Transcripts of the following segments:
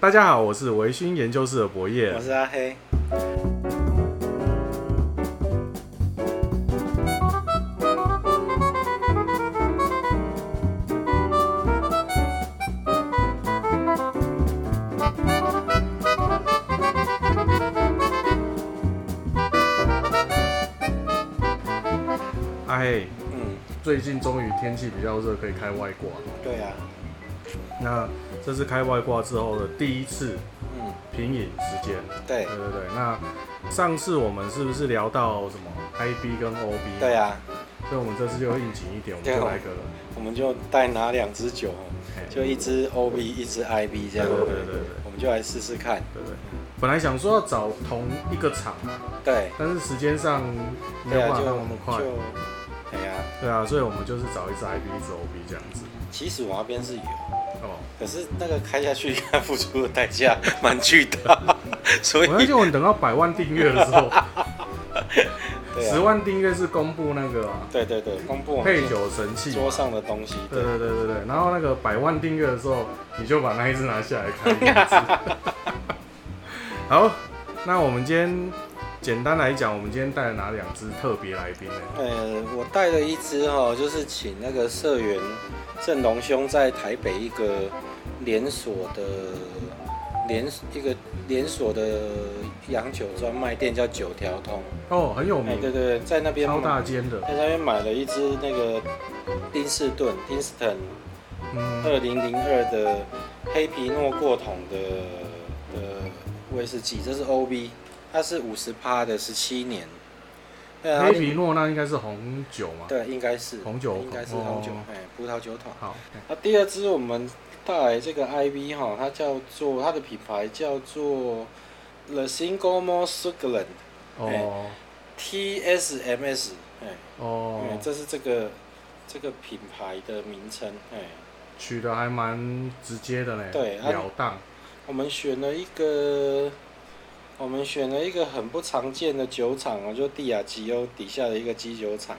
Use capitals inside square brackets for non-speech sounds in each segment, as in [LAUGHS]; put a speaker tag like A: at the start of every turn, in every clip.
A: 大家好，我是维新研究室的博业
B: 我。是阿黑。
A: 阿黑，
B: 嗯，
A: 最近终于天气比较热，可以开外挂了。
B: 对啊，
A: 那这次开外挂之后的第一次
B: 嗯，
A: 平饮时间，
B: 对
A: 对，对对。那上次我们是不是聊到什么 IB 跟 OB？
B: 对啊，
A: 所以我们这次就应景一点，我们就来个，
B: 我们就带拿两支酒哦，
A: 嘿
B: 就一支 OB，一支 IB 这样。
A: 对对对对对
B: 我们就来试试看。
A: 对对。本来想说要找同一个厂啊，
B: 对，
A: 但是时间上没有办
B: 对啊，
A: 法
B: 就
A: 那么快，
B: 就，哎呀，
A: 对啊，所以我们就是找一支 IB 一支 OB 这样子，
B: 其实我那边是有，
A: [LAUGHS] 哦。
B: 可是那个开下去，它付出的代价蛮巨大，所以
A: 我要求我们等到百万订阅的时候，
B: 对
A: 十
B: 啊，
A: 万订阅是公布那个啊
B: 对对对，公布我们
A: 配酒神器嘛，
B: 桌上的东西，
A: 对
B: 对
A: 对对对对，然后那个百万订阅的时候，你就把那一只拿下来看一
B: [LAUGHS]
A: 次。好，那我们今天简单来讲，我们今天带了哪两只特别来宾呢？
B: 呃，我带了一支哈、就是请那个社员郑龙兄在台北一个连锁的连一个连锁的洋酒专卖店叫九条通，
A: 哦，很有
B: 哎、对
A: 名，
B: 对对，在那边
A: 超
B: 买
A: 大间的，
B: 在那边买了一支那个丁士顿 Dinston
A: 嗯，
B: 二零零二的黑皮诺过桶的的威士忌，这是 OB，它是五十趴的十七年，对啊
A: 黑皮诺那应该是红酒嘛？
B: 对，啊应该是
A: 红酒
B: 应该是红酒
A: 哦，
B: 哎、葡萄酒桶。
A: 好，
B: 那第二支我们带来这个 IB 哈，它叫做它的品牌叫做 The Single Malt Sugarland
A: 哦
B: TSMS，哎、哎
A: 哦，
B: 这是这个这个品牌的名称，哎、
A: 取的还蛮直接的呢，
B: 对啊
A: 了当，
B: 我们选了一个。我们选了一个很不常见的酒厂哦，就蒂亚吉欧底下的一个基酒厂，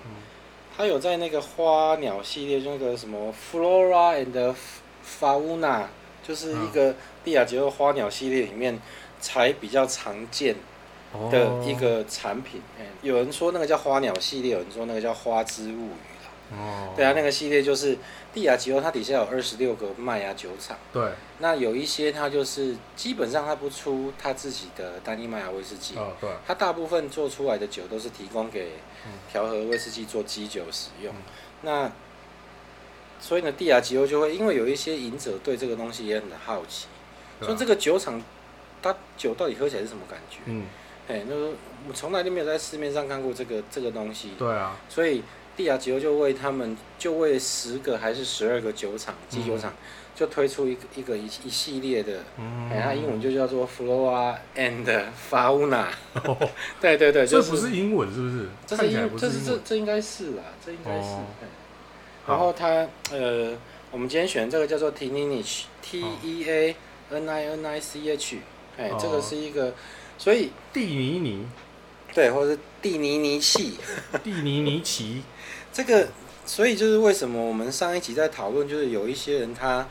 B: 它有在那个花鸟系列，就那个什么 Flora and Fauna，就是一个蒂亚吉欧花鸟系列里面才比较常见
A: 哦
B: 的一个产品。哎有人说那个叫花鸟系列，有人说那个叫花之物语啦。
A: 哦，
B: 对啊，那个系列就是蒂亚吉欧，它底下有二十六个麦芽酒厂。
A: 对，
B: 那有一些它就是基本上它不出它自己的单一麦芽威士忌，
A: 哦对，
B: 它大部分做出来的酒都是提供给
A: 嗯
B: 调和威士忌做基酒使用
A: 嗯。
B: 那所以呢，蒂亚吉欧就会因为有一些饮者对这个东西也很好奇，
A: 对啊
B: 说这个酒厂它酒到底喝起来是什么感觉？
A: 嗯，
B: 哎，那个我从来就没有在市面上看过这个这个东西，
A: 对啊，
B: 所以蒂亚吉欧就为他们，就为十个还是十二个酒厂、基酒厂，就推出一个一个一一系列的，
A: 嗯，
B: 哎、它英文就叫做 Flora and Fauna。对 [LAUGHS] 对对，
A: 哦这
B: 就
A: 不是英文是不是？
B: 这
A: 看
B: 是
A: 起来
B: 英，
A: 不
B: 这
A: 英
B: 这
A: 文。
B: 这应该是啦，这应该是。
A: 哦
B: 嗯然后它呃，我们今天选的这个叫做 Teninich T E A N I N I C H，哎、
A: 哦
B: 这个是一个，所以
A: 蒂尼尼，
B: 对，或者是蒂尼尼器。
A: 蒂尼尼
B: [LAUGHS]
A: 奇，
B: 这个，所以就是为什么我们上一集在讨论，就是有一些人他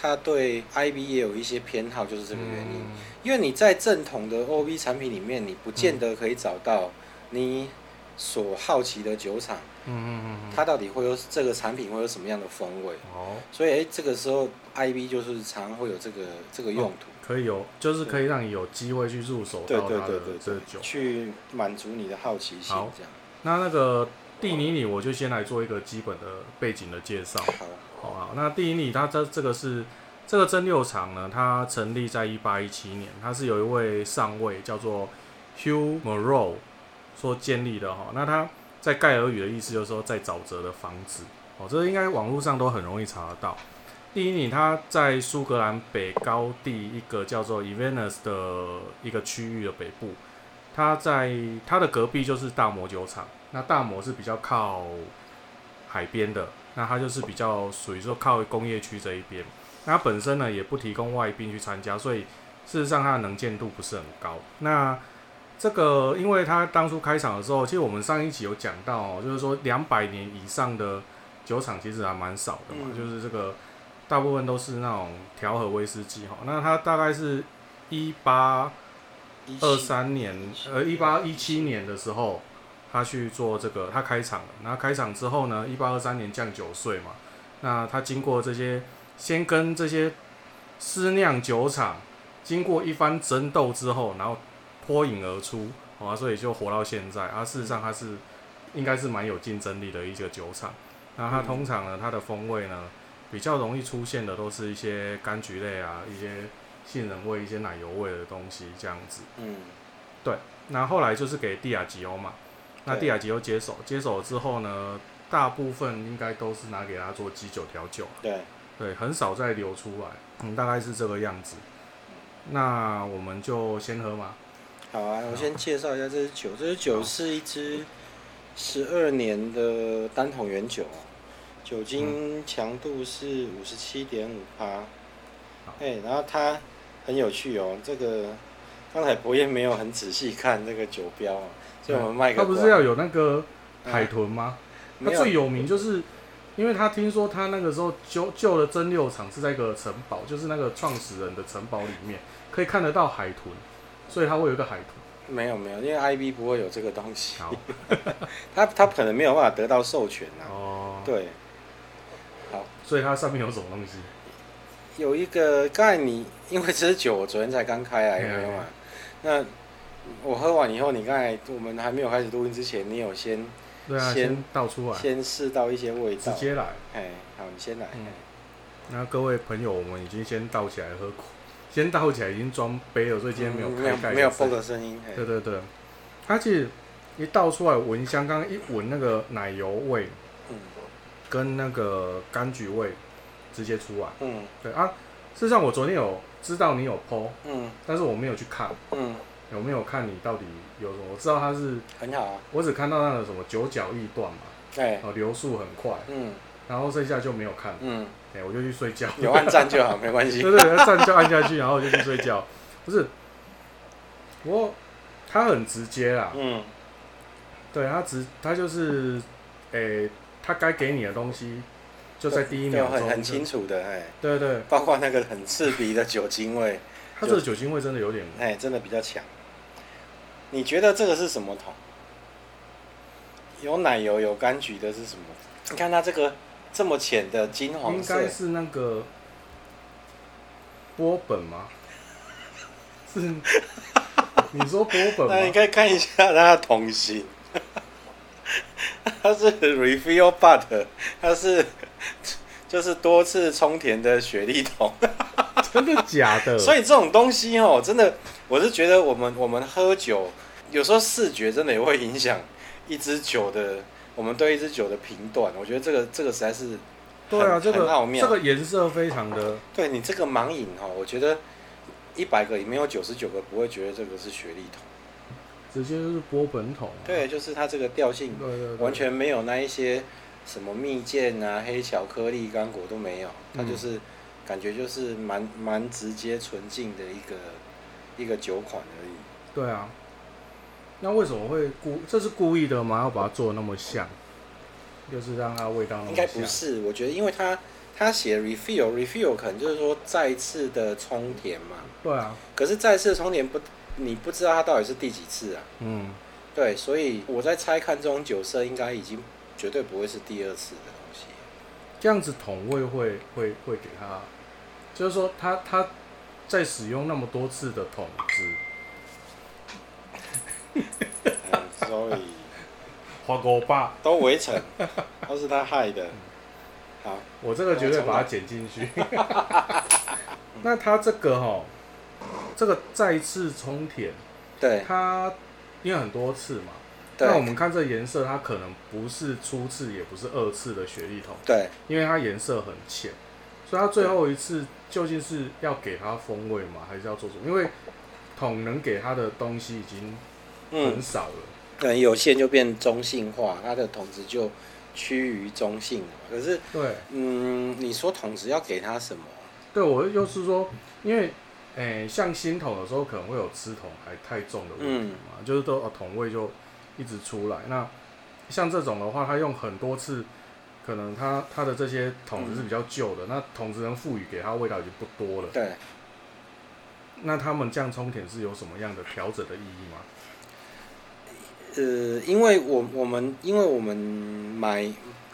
B: 他对 IB 也有一些偏好，就是这个原因。因为你在正统的 OB 产品里面，你不见得可以找到你所好奇的酒厂，
A: 嗯嗯嗯嗯，
B: 它到底会有这个产品会有什么样的风味。
A: 好，
B: 所以，哎、这个时候 IB 就是常常会有这个这个用途，
A: 可以有，就是可以让你有机会去入手
B: 对
A: 到
B: 对
A: 它
B: 对
A: 的
B: 对
A: 这
B: 对
A: 个酒，。
B: 去满足你的好奇心
A: 好，
B: 这样。
A: 那那个蒂尼尼，我就先来做一个基本的背景的介绍，
B: 好，
A: 好不好？那蒂尼尼它这这个是这个蒸馏厂呢，它成立在一八一七年，它是有一位上尉叫做 Hugh Morrow 所建立的哈。那它在盖尔语的意思就是说在沼泽的房子哦，这个应该网络上都很容易查得到。第一，你它在苏格兰北高地一个叫做 Evenus 的一个区域的北部，它在它的隔壁就是大摩酒厂。那大摩是比较靠海边的，那它就是比较属于说靠工业区这一边。那它本身呢也不提供外宾去参加，所以事实上它的能见度不是很高。那这个，因为它当初开场的时候，其实我们上一期有讲到、哦，就是说两百年以上的酒厂其实还蛮少的嘛，
B: 嗯
A: 就是这个。大部分都是那种调和威士忌哈。哦那它大概是一八
B: 一七
A: 二三年，呃，一八一七年的时候，他去做这个，他开厂了。那开厂之后呢，一八二三年降九岁嘛。那他经过这些，先跟这些私酿酒厂经过一番争斗之后，然后脱颖而出，好、啊，所以就活到现在。啊，事实上他是应该是蛮有竞争力的一个酒厂。那它通常呢，它的风味呢比较容易出现的都是一些柑橘类啊，一些杏仁味、一些奶油味的东西这样子。
B: 嗯，
A: 那后来就是给蒂亚吉欧嘛，那
B: 对
A: 蒂亚吉欧接手，接手之后呢，大部分应该都是拿给他做基酒调酒，
B: 对，
A: 对，很少再流出来，嗯，大概是这个样子。那我们就先喝嘛，
B: 好啊，我先介绍一下这支酒，这支酒是一支十二年的单桶原酒啊，酒精强度是五十七点五帕
A: 好。
B: 哎、然后它很有趣哦，这个刚才博彦没有很仔细看这个酒标啊，所以我们卖个
A: 嗯它不是
B: 关
A: 要有那个海
B: 嗯
A: 豚吗？它
B: 没有
A: 最有名就是，因为他听说他那个时候旧旧的蒸馏厂是在一个城堡，就是那个创始人的城堡里面，可以看得到海豚，所以它会有一个海豚。
B: 没有没有，因为 IB 不会有这个东西， [LAUGHS]
A: 好，
B: 它它可能没有办法得到授权啊。
A: 哦，
B: 对，
A: 所以它上面有什么东西？
B: 有一个，刚才你因为这支酒我昨天才刚开来，有没有
A: 嗯
B: 嘛？那我喝完以后，你刚才我们还没有开始录音之前，你有先
A: 对啊，
B: 先
A: 先倒出来，
B: 先试到一些味
A: 直
B: 道。
A: 接来。
B: 哎，好，你先来。
A: 嗯
B: 哎
A: 那各位朋友，我们已经先倒起来喝苦，先倒起来已经装杯了，所以今天没有
B: 没
A: 开盖、
B: 嗯有没有啵的声音。哎
A: 对对对，它其实一倒出来闻香，刚刚一闻那个奶油味
B: 嗯
A: 跟那个柑橘味直接出来。
B: 嗯
A: 对啊，事实上我昨天有知道你有 PO，
B: 嗯
A: 但是我没有去看，
B: 嗯，
A: 我没有看你到底有什么。我知道它是，
B: 很好啊。
A: 我只看到那个什么九角翼段嘛，
B: 哎，
A: 哦，流速很快，
B: 嗯
A: 然后剩下就没有看，
B: 嗯，
A: 哎、我就去睡觉。
B: 有啊按赞就
A: [LAUGHS]
B: 好，没关系。
A: 对对对，站就按下去，然后就去睡觉。不是，我他很直接啦，
B: 嗯
A: 对他直他就是，诶、他该给你的东西就在第一秒
B: 对
A: 钟，
B: 很很清楚的，哎，
A: 对对，
B: 包括那个很刺鼻的酒精味，
A: 他这个酒精味真的有点，
B: 哎，真的比较强。你觉得这个是什么桶？有奶油有柑橘的是什么？你看它这个这么浅的金黄
A: 应
B: 色
A: 该，是那个波本吗？是，你说波本
B: 那你
A: 吗？
B: 可以看一下它的桶型，它是 refill bud，它是 [LAUGHS] 就是多次充填的雪莉桶。
A: 真的假的？
B: 所以这种东西哦，真的，我是觉得我们我们喝酒，有时候视觉真的也会影响一支酒的，我们对一支酒的评断。我觉得这个这个实在是很，
A: 对啊，这
B: 很奥
A: 个
B: 妙。
A: 这个颜色非常的，
B: 对你这个盲饮哦，我觉得一百个里面有九十九个不会觉得这个是雪莉桶。
A: 直接就是波本桶、啊。
B: 对，就是它这个调性
A: 对对对，
B: 完全没有那一些什么蜜饯啊、黑巧克力、干果都没有，它就是、感觉就是蛮蛮直接纯净的一个一个酒款而已。
A: 对啊，那为什么会故？这是故意的吗？要把它做得那么像，就是让它味道那
B: 应
A: 么
B: 该
A: 像。
B: 不是，我觉得因为它它写 refill，refill 可能就是说再次的充填嘛。
A: 对啊，
B: 可是再次的充填不，你不知道它到底是第几次啊？
A: 嗯，
B: 对，所以我在猜看这种酒色应该已经绝对不会是第二次的东西。
A: 这样子桶味会会会给它，就是说它它在使用那么多次的桶子， [LAUGHS]
B: 嗯，sorry，
A: 花狗吧，
B: 都围城，都是他害的。好，
A: 我这个绝对把它剪进去。 [LAUGHS] 那它这个哈，这个再次充填，
B: 对
A: 它因为很多次嘛，
B: 对
A: 那我们看这颜色，它可能不是初次，也不是二次的雪莉桶。
B: 对，
A: 因为它颜色很浅，所以它最后一次究竟是要给它风味吗？还是要做什么？因为桶能给它的东西已经很
B: 嗯，
A: 少了。
B: 可能有限就变中性化，它的桶子就趋于中性了。可是，
A: 对，
B: 嗯，你说桶子要给它什么？
A: 对我就是说，因为诶、像新桶有时候可能会有吃桶还太重的问题
B: 嗯
A: 嘛，就是都哦桶味就一直出来。那像这种的话，它用很多次可能它它的这些桶子是比较旧的，那桶子能赋予给它味道已经不多了。
B: 对，
A: 那他们这样冲舔是有什么样的调整的意义吗？
B: 呃，因为我我们因为我们买，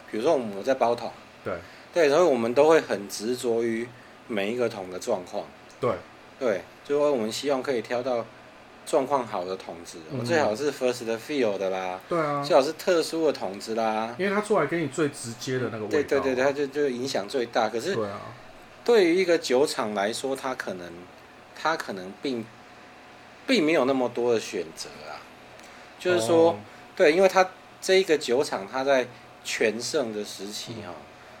B: 比如说我们我在包桶，
A: 对
B: 对，所以我们都会很执着于每一个桶的状况，
A: 对，
B: 对，就是说我们希望可以挑到状况好的桶子，我
A: 嗯
B: 最好是 first fill 的啦，
A: 对啊，
B: 最好是特殊的桶子啦，
A: 因为它出来给你最直接的那个味
B: 对
A: 道。
B: 对对，它就就影响最大。可是
A: 对啊，
B: 对于一个酒厂来说，它可能它可能并并没有那么多的选择啊，就是说，
A: 哦，
B: 对，因为它这一个酒厂它在全盛的时期
A: 嗯
B: 哈、哦，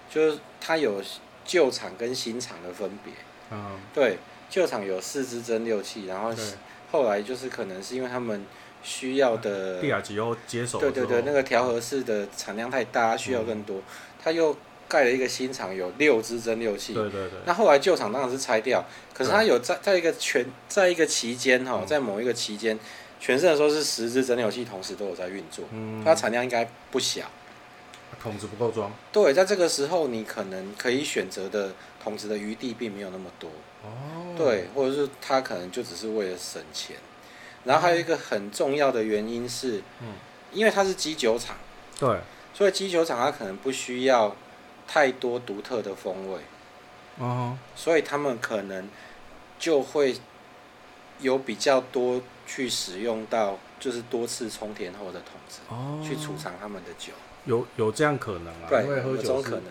B: 就是它有旧厂跟新厂的分别，
A: 嗯，
B: 对，旧厂有四支蒸馏器，然后
A: 对，
B: 后来就是可能是因为他们需要的
A: 蒂亚吉欧接嗯手
B: 对
A: 了之
B: 对
A: 后，
B: 对，那个调和式的产量太大，需要更多，
A: 嗯
B: 他又盖了一个新厂，有六支蒸馏器。
A: 对对对，
B: 那后来旧厂当然是拆掉，可是他
A: 对
B: 有在在一个全在一个期间哈，
A: 嗯
B: 在某一个期间，全盛的时候是十支蒸馏器同时都有在运作，
A: 嗯，
B: 它产量应该不小。
A: 桶子不够装。
B: 对，在这个时候你可能可以选择的同时的余地并没有那么多。
A: 哦，
B: 对，或者是他可能就只是为了省钱。然后还有一个很重要的原因是，
A: 嗯
B: 因为它是基酒厂，
A: 对，
B: 所以基酒厂它可能不需要太多独特的风味，
A: 哦，
B: 所以他们可能就会有比较多去使用到就是多次充填后的桶子、
A: 哦，
B: 去储藏他们的酒，
A: 有有这样可能啊，
B: 对，
A: 因为喝
B: 有这种
A: 酒
B: 可
A: 是
B: 能，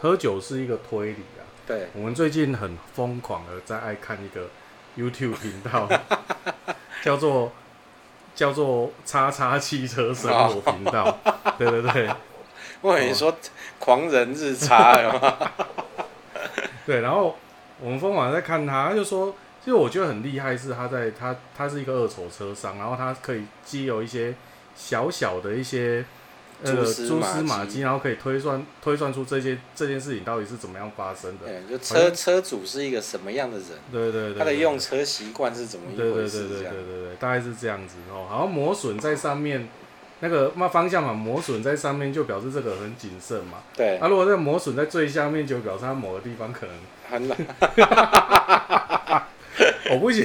A: 喝酒是一个推理啊。
B: 对，
A: 我们最近很疯狂的在爱看一个 YouTube 频
B: [LAUGHS]
A: 道，叫做叫做“叉叉汽车生活频道”，对对对
B: 我跟你说，狂人日差有吗
A: 对。然后我们疯狂地在看他，他就说，其实我觉得很厉害是他在他他是一个二手车商，然后他可以既有一些小小的一些。呃，
B: 蛛丝
A: 蛛
B: 马
A: 丝马
B: 迹
A: 迹，然后可以推算推算出这些这件事情到底是怎么样发生的。
B: [LAUGHS] 对，就车车主是一个什么样的人，
A: 对对对，
B: 他的
A: 对
B: 用车习惯是怎么一
A: 对
B: 回
A: 对对
B: 事，
A: 对
B: 这
A: 对
B: 样。
A: 对对，大概是这样子哦。好像磨损在上面，那个嘛方向盘磨损在上面，就表示这个很谨慎嘛。
B: 对，
A: 啊，如果这个磨损在最下面，就表示它某个地方可能
B: 很 [LAUGHS] 懒，
A: [LAUGHS] 我不行，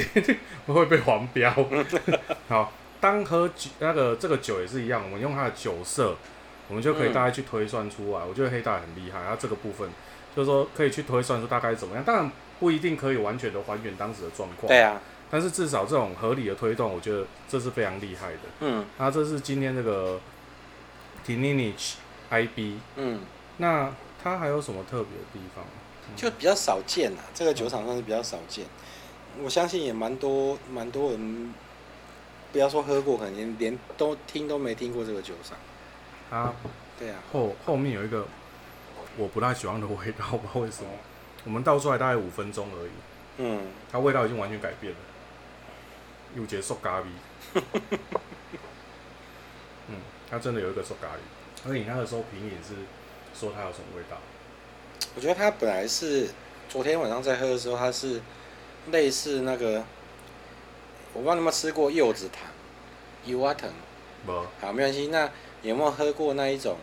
A: 我会被黄标。 [LAUGHS] 好，当喝酒那个这个酒也是一样，我们用它的酒色，我们就可以
B: 嗯
A: 大概去推算出来。我觉得黑大很厉害，它这个部分就是说可以去推算出大概怎么样，当然不一定可以完全的还原当时的状况。
B: 对啊，
A: 但是至少这种合理的推动，我觉得这是非常厉害的。
B: 嗯
A: 那这是今天这个 t i n i n i c IB，
B: 嗯，
A: 那它还有什么特别的地方？
B: 就比较少见啊，这个酒厂算是比较少见。我相信也蛮多蛮多人，不要说喝过，可能连连都听都没听过这个酒厂。
A: 它
B: 对啊，
A: 后后面有一个我不太喜欢的味道， [LAUGHS] 我不知道为什么。我们倒出来大概五分钟而已，
B: 嗯，
A: 它味道已经完全改变了，有节受咖喱。 [LAUGHS] 嗯，它真的有一个受咖喱，而且你那个时候品饮是说它有什么味道？
B: 我觉得它本来是昨天晚上在喝的时候，它是类似那个，我不知道你有没有吃过柚子糖，柚花糖。
A: 不，
B: 好，啊没关系。那有没有喝过那一种，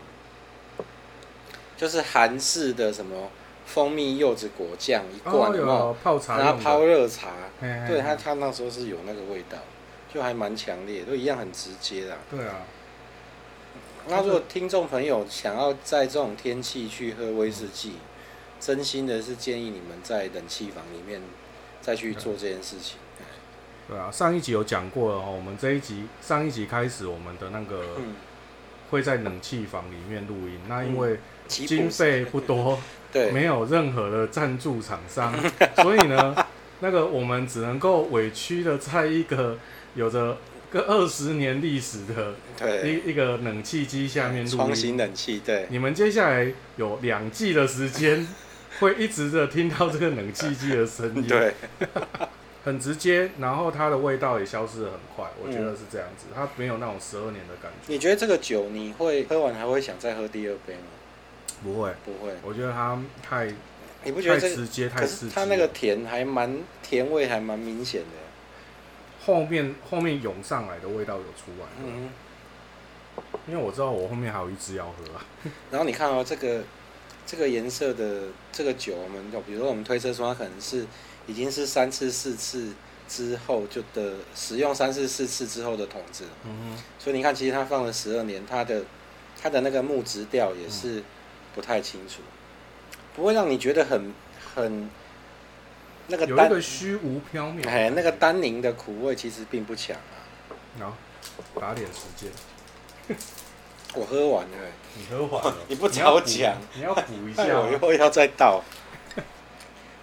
B: 就是韩式的什么蜂蜜柚子果酱一罐，
A: 哦
B: 有没有？
A: 有泡茶
B: 然后
A: 用
B: 泡
A: 的，
B: 热茶，
A: 嘿嘿
B: 对
A: 嘿
B: 它它那时候是有那个味道，就还蛮强烈，就一样很直接的。
A: 对啊，
B: 那如果听众朋友想要在这种天气去喝威士忌，真心的是建议你们在冷气房里面再去做这件事情。
A: 对啊，上一集有讲过了哈，哦我们这一集上一集开始，我们的那个
B: 嗯，
A: 会在冷气房里面录音。那因为
B: 吉
A: 经
B: 普斯
A: 费不多，
B: 对，
A: 没有任何的赞助厂商， [LAUGHS] 所以呢，那个我们只能够委屈的在一个有着个二十年历史的
B: 对，
A: 一一个冷气机下面录
B: 窗
A: 音
B: 型。冷气，对，
A: 你们接下来有两季的时间，会一直的听到这个冷气机的声音。
B: [LAUGHS] 嗯对，
A: 很直接，然后它的味道也消失的很快，我觉得
B: 嗯
A: 是这样子，它没有那种十二年的感觉，
B: 你觉得这个酒你会喝完还会想再喝第二杯吗？
A: 不会，
B: 不会，
A: 我觉得它太
B: 你不觉
A: 太
B: 得这个？
A: 直接，太
B: 可
A: 刺
B: 是
A: 激。
B: 它那个甜还蛮甜味还蛮明显的。
A: 后面后面涌上来的味道有出来，
B: 嗯，
A: 因为我知道我后面还有一支要喝啊。
B: 然后你看哦，这个这个颜色的这个酒，我们就比如说我们推测说它可能是已经是三次四次之后就的使用三次四次之后的桶子了，
A: 嗯
B: 所以你看其实它放了十二年，它的它的那个木质调也
A: 嗯
B: 是不太清楚，不会让你觉得很很那个
A: 有一
B: 单
A: 个虚无缥缈。
B: 哎那个单宁的苦味其实并不强啊，
A: 然后打脸时间，
B: 我喝完了、欸，
A: 你喝完了
B: [LAUGHS] 你不
A: 要
B: 早
A: 补
B: 讲，
A: 你要补一下
B: 哎
A: 啊。
B: 我又要再倒，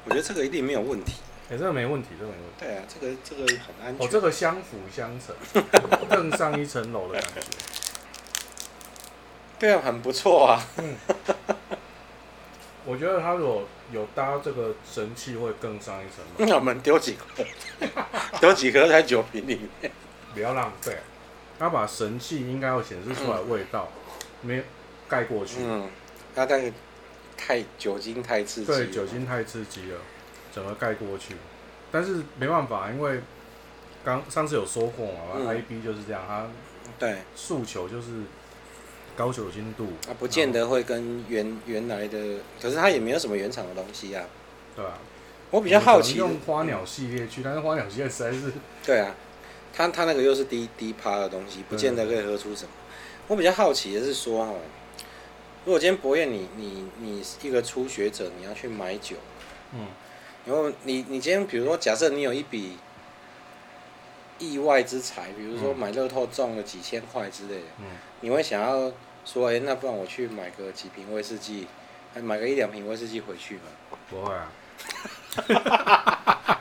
B: 我觉得这个一定没有问题。
A: 哎，这个没问题，这个没问题。
B: 对啊，这个这个很安全。
A: 哦，这个相辅相成， [LAUGHS] 更上一层楼的感觉。
B: 对啊，很不错啊。 [LAUGHS]
A: 我觉得它如果有搭这个神器，会更上一层楼，
B: 那我们丢几颗， [LAUGHS] 丢几颗在酒瓶里面。
A: 不要浪费。它把神器应该要显示出来味道，没有盖过去。
B: 嗯，它那个太酒精太刺激。
A: 对，酒。精太刺激了，整个盖过去。但是没办法，因为刚上次有说过嘛、
B: 嗯
A: i b 就是这样，它
B: 对，
A: 诉求就是高酒精度，
B: 啊，不见得会跟原原来的，可是它也没有什么原厂的东西啊。
A: 对吧、我
B: 我比较好奇的，
A: 用花鸟系列去，但是花鸟系列实在是
B: 对啊，它它那个又是低低趴的东西，不见得可以喝出什么。我比较好奇的是说，哦，如果今天博彦你你你是一个初学者，你要去买酒，
A: 嗯，
B: 然后你你今天比如说，假设你有一笔意外之财，比如说
A: 嗯
B: 买乐透中了几千块之类的，
A: 嗯
B: 你会想要说，哎、那不然我去买个几瓶威士忌，还买个一两瓶威士忌回去吧？
A: 不会啊。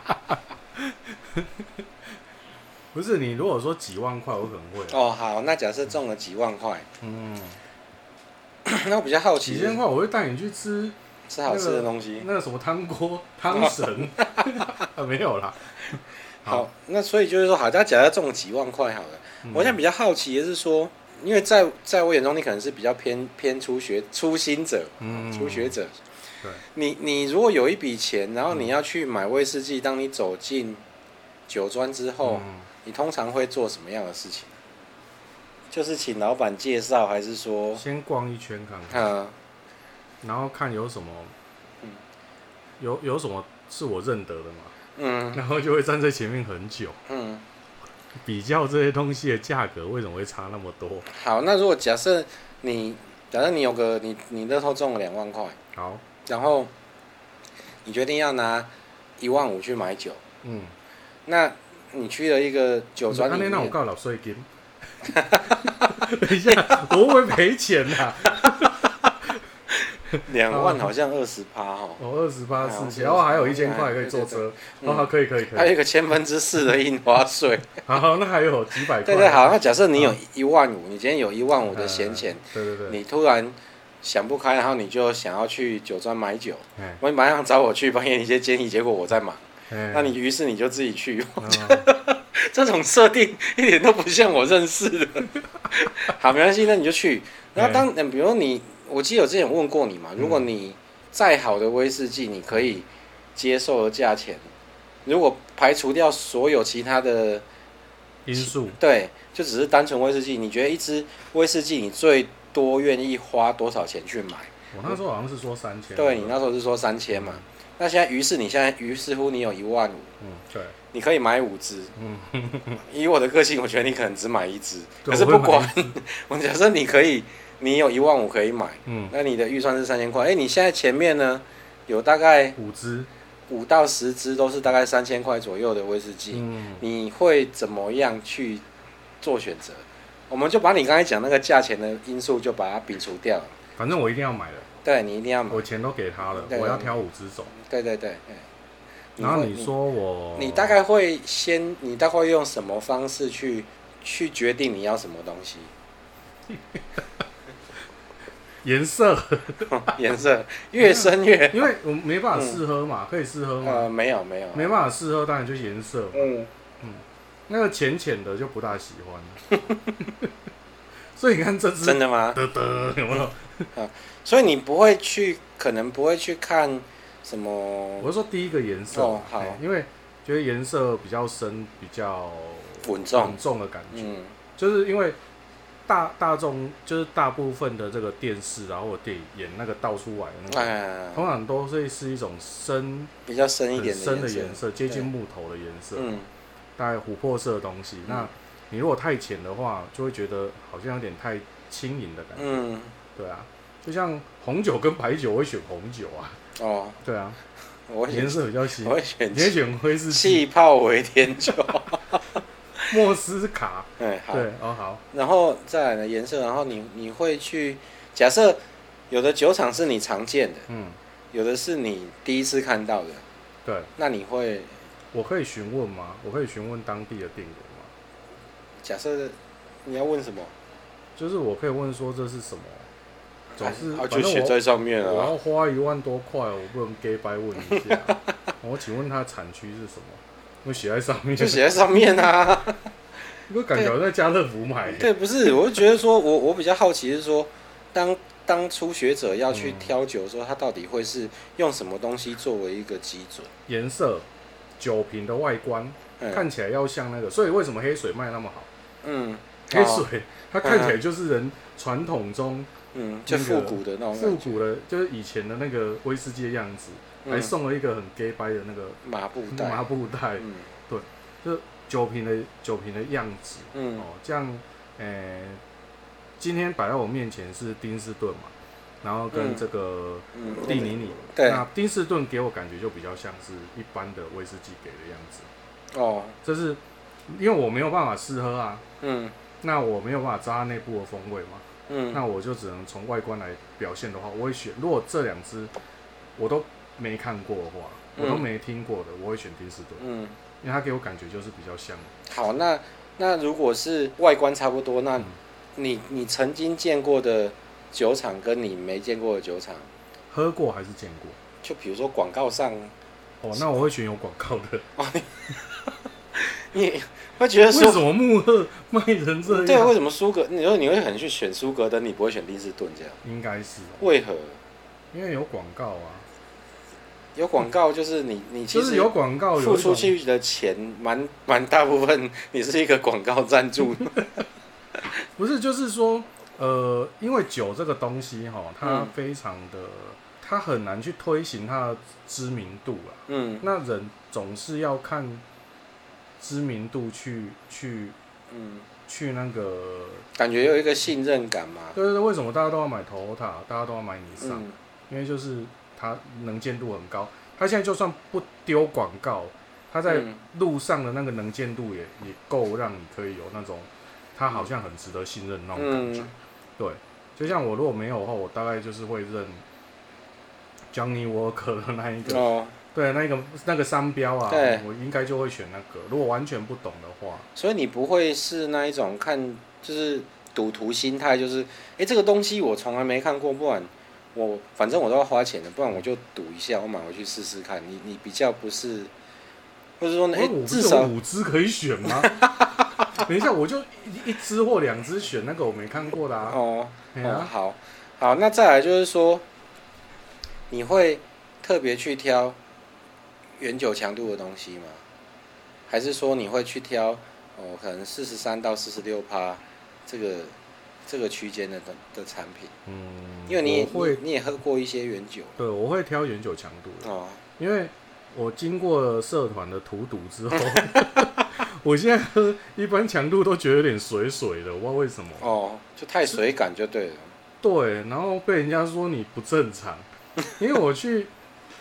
A: [LAUGHS] 不是你如果说几万块，我可能会啊、
B: 哦，好，那假设中了几万块， [COUGHS]
A: 嗯，
B: 那我比较好奇
A: 几
B: 的
A: 千
B: 是
A: 块我会带你去吃
B: 吃好吃的东西。
A: 那个什么汤锅汤神，
B: 哦
A: 啊 [LAUGHS] 没有啦。
B: 好，那所以就是说，好，那假设中了几万块好了，
A: 嗯
B: 我现在比较好奇的是说，因为在在我眼中，你可能是比较偏偏初学初心者，
A: 嗯
B: 初学者。
A: 对嗯
B: 你你如果有一笔钱，然后你要去买威士忌，当你走进酒庄之后，
A: 嗯
B: 你通常会做什么样的事情？就是请老板介绍，还是说，
A: 先逛一圈看看，
B: 呃，
A: 然后看有什么
B: 嗯，
A: 有有什么是我认得的嘛， [LAUGHS]
B: 嗯
A: 然后就会站在前面很久，
B: 嗯，
A: 比较这些东西的价格为什么会差那么多？
B: 好，那如果假设你假设你有个你你乐透中了两万块，
A: 好，
B: 然后你决定要拿一万五去买酒，
A: 嗯，
B: 那你去了一个酒庄
A: 那
B: 里
A: 那我
B: 面，
A: 告老税金， [LAUGHS] 等一下我会不会赔钱呐、啊？
B: 两万好像二十趴哈，
A: 我哦二十八
B: 哎
A: 四
B: 我
A: 千，
B: 记得
A: 然后还有
B: 是
A: 一千块可以
B: 对
A: 坐
B: 对
A: 车，
B: 对嗯哎
A: 哦，可以可以可
B: 还有
A: 以，
B: 一个千分之四的印花税。
A: 好，那还有几百块，
B: [LAUGHS] 对对，好，那假设你有一万五，你今天有一万五的闲钱，
A: 呃，对对对，
B: 你突然想不开，然后你就想要去酒庄买酒，
A: 哎
B: 我马上找我去，帮你一些建议，结果我在忙，
A: 哎，
B: 那你于是你就自己去， [LAUGHS]
A: 哦
B: 这种设定一点都不像我认识的。 [LAUGHS] 好，没关系，那你就去。然后当嗯比如你，我记得我之前有问过你嘛，如果你再好的威士忌，你可以接受的价钱，如果排除掉所有其他的
A: 因素，
B: 对，就只是单纯威士忌。你觉得一支威士忌，你最多愿意花多少钱去买？
A: 我那时候好像是说三千，
B: 对你那时候是说三千嘛，那现在于是你现在于是乎你有一万五，
A: 嗯，对，
B: 你可以买五
A: [LAUGHS]
B: 支。
A: 嗯，
B: 以我的个性，我觉得你可能只买一支，
A: 对
B: 可是
A: 我会
B: 不
A: 买
B: 管， [LAUGHS] 我假设你可以，你有一万五可以买，
A: 嗯，
B: 那你的预算是三千块，哎、你现在前面呢有大概
A: 五支，
B: 五到十支都是大概三千块左右的威士忌，
A: 嗯，
B: 你会怎么样去做选择？我们就把你刚才讲那个价钱的因素就把它摒除掉了。
A: 反正我一定要买了，
B: 对你一定要买，
A: 我钱都给他了，
B: 对
A: 我要挑五支走。
B: 对对对。嗯
A: 然后
B: 会
A: 你说我，
B: 你大概会先，你大概会用什么方式去去决定你要什么东西？ [LAUGHS]
A: 颜色， [LAUGHS]
B: 颜色越深越
A: 因为我没办
B: 嗯
A: 法试喝嘛，可以试喝嘛，
B: 呃没有没有
A: 没办法试喝，当然就颜色，
B: 嗯
A: 那个浅浅的就不大喜欢。
B: [LAUGHS]
A: 所以你看这支
B: 真的吗？
A: 得得有没有？
B: 所以你不会去，可能不会去看什么
A: 我是说第一个颜色，
B: 哦好
A: 哎因为觉得颜色比较深，比较
B: 稳重
A: 稳重的感觉，
B: 嗯
A: 就是因为大大众就是大部分的这个电视啊或者电影演那个倒出来的那个，
B: 哎，
A: 通常都会是一种深
B: 比较深一
A: 很
B: 点
A: 深
B: 的
A: 的
B: 色
A: 颜色，接近木头的颜色，
B: 嗯，
A: 大概琥珀色的东西。那你如果太浅的话，就会觉得好像有点太轻盈的感觉。
B: 嗯，
A: 对啊，就像红酒跟白酒，我会选红酒
B: [LAUGHS]
A: 啊。
B: 哦，
A: 对啊，
B: 我会
A: 颜
B: 选，
A: 色比较稀
B: 我。会选
A: 你会选威士忌、
B: 气泡为
A: [LAUGHS]
B: 天酒。
A: 莫斯卡。
B: 哎，好，
A: 对，哦好，
B: 然后再来呢颜色，然后你你会去假设有的酒厂是你常见的，
A: 嗯，
B: 有的是你第一次看到的，
A: 对，
B: 那你会
A: 我可以询问吗？我可以询问当地的店员吗？
B: 假设你要问什么？
A: 就是我可以问说这是什么？总是
B: 啊，
A: 反
B: 就
A: 正
B: 写
A: 我
B: 在上面
A: 我
B: 了。
A: 要花一万多块，我不能 gay 白问一下。
B: [LAUGHS]
A: 我请问它产区是什么？我写在上面，[LAUGHS]
B: 就写在上面啊，
A: 我感觉我在家乐福买。
B: 对，不是，我就觉得说，我我比较好奇是说，当当初学者要去
A: 嗯
B: 挑酒的时候，他到底会是用什么东西作为一个基准？
A: 颜色、酒瓶的外观
B: 嗯
A: 看起来要像那个，所以为什么黑水卖那么好？
B: 嗯，
A: 黑
B: 哦
A: 水它看起来就是人传统中
B: 嗯，就
A: 那
B: 复
A: 个
B: 古的那种
A: 复
B: 感觉，
A: 古的，就是以前的那个威士忌的样子，还
B: 嗯，
A: 送了一个很 gay 白的那个
B: 麻布
A: 麻
B: 袋，
A: 布袋，
B: 嗯
A: 酒瓶的酒瓶的样子。
B: 嗯
A: 哦，这样，诶、今天摆在我面前是丁士顿嘛，然后跟
B: 嗯
A: 这个
B: 嗯，
A: 蒂尼里，
B: 对
A: 那丁士顿给我感觉就比较像是一般的威士忌给的样子，
B: 哦，
A: 这是因为我没有办法试喝啊，
B: 嗯
A: 那我没有办法知道它内部的风味嘛，
B: 嗯
A: 那我就只能从外观来表现的话，我会选，如果这两支我都没看过的话，我都
B: 嗯
A: 没听过的，我会选丁士顿，
B: 嗯，
A: 因为它给我感觉就是比较像，
B: 好，那那如果是外观差不多，那
A: 嗯
B: 你你曾经见过的酒厂跟你没见过的酒厂，
A: 喝过还是见过。
B: 就比如说广告上，
A: 哦，那我会选有广告的。
B: 你会觉得
A: 为什
B: 说，
A: 么穆赫卖成这
B: 对，
A: 样？
B: 为什么苏格，你说你会很去选苏格登，你不会选利士顿这样？
A: 应该是哦，
B: 为何？
A: 因为有广告啊，
B: 有广告就是你你其
A: 就是
B: 实
A: 有广告有
B: 付
A: 一
B: 出
A: 种
B: 去的钱蛮蛮大部分，你是一个广告
A: [LAUGHS]
B: 赞助，
A: 不是就是说，呃，因为酒这个东西哈，它
B: 嗯
A: 非常的，它很难去推行它的知名度啊。
B: 嗯
A: 那人总是要看知名度去去
B: 嗯，
A: 去那个，
B: 感觉有一个信任感嘛，
A: 对对对，啊为什么大家都要买 Toyota，大家都要买尼桑？
B: 嗯
A: 因为就是它能见度很高。它现在就算不丢广告，它在
B: 嗯
A: 路上的那个能见度也也够让你可以有那种，它好像很值得信任那种感觉。
B: 嗯
A: 对，就像我如果没有的话，我大概就是会认 Johnny Walker 的那一个，
B: 哦。
A: 对，那一个那个商标啊
B: 对，
A: 我应该就会选那个。如果完全不懂的话，
B: 所以你不会是那一种看就是赌徒心态，就是哎、诶这个东西我从来没看过，不然我反正我都要花钱的，不然我就赌一下，我买回去试试看。你你比较不是，或者说
A: 哎、
B: 哎、诶
A: 我不
B: 至
A: 是有
B: 少
A: 五支可以选
B: [LAUGHS]
A: 吗？等一下，我就一一支或两支选那个我没看过的啊。
B: 哦
A: 哎
B: 哦
A: 呀，
B: 好好，那再来就是说，你会特别去挑原酒强度的东西吗？还是说你会去挑哦可能四十三到四十六趴这个这个区间的的的产品？
A: 嗯，
B: 因为你也
A: 我会
B: 你你也喝过一些原酒
A: 对，我会挑原酒强度的，
B: 哦，
A: 因为我经过了社团的荼毒之后， [LAUGHS] 我现在喝一般强度都觉得有点水水的，我不知道为什么。
B: 哦，就太水感就对了，
A: 对，然后被人家说你不正常，因为我去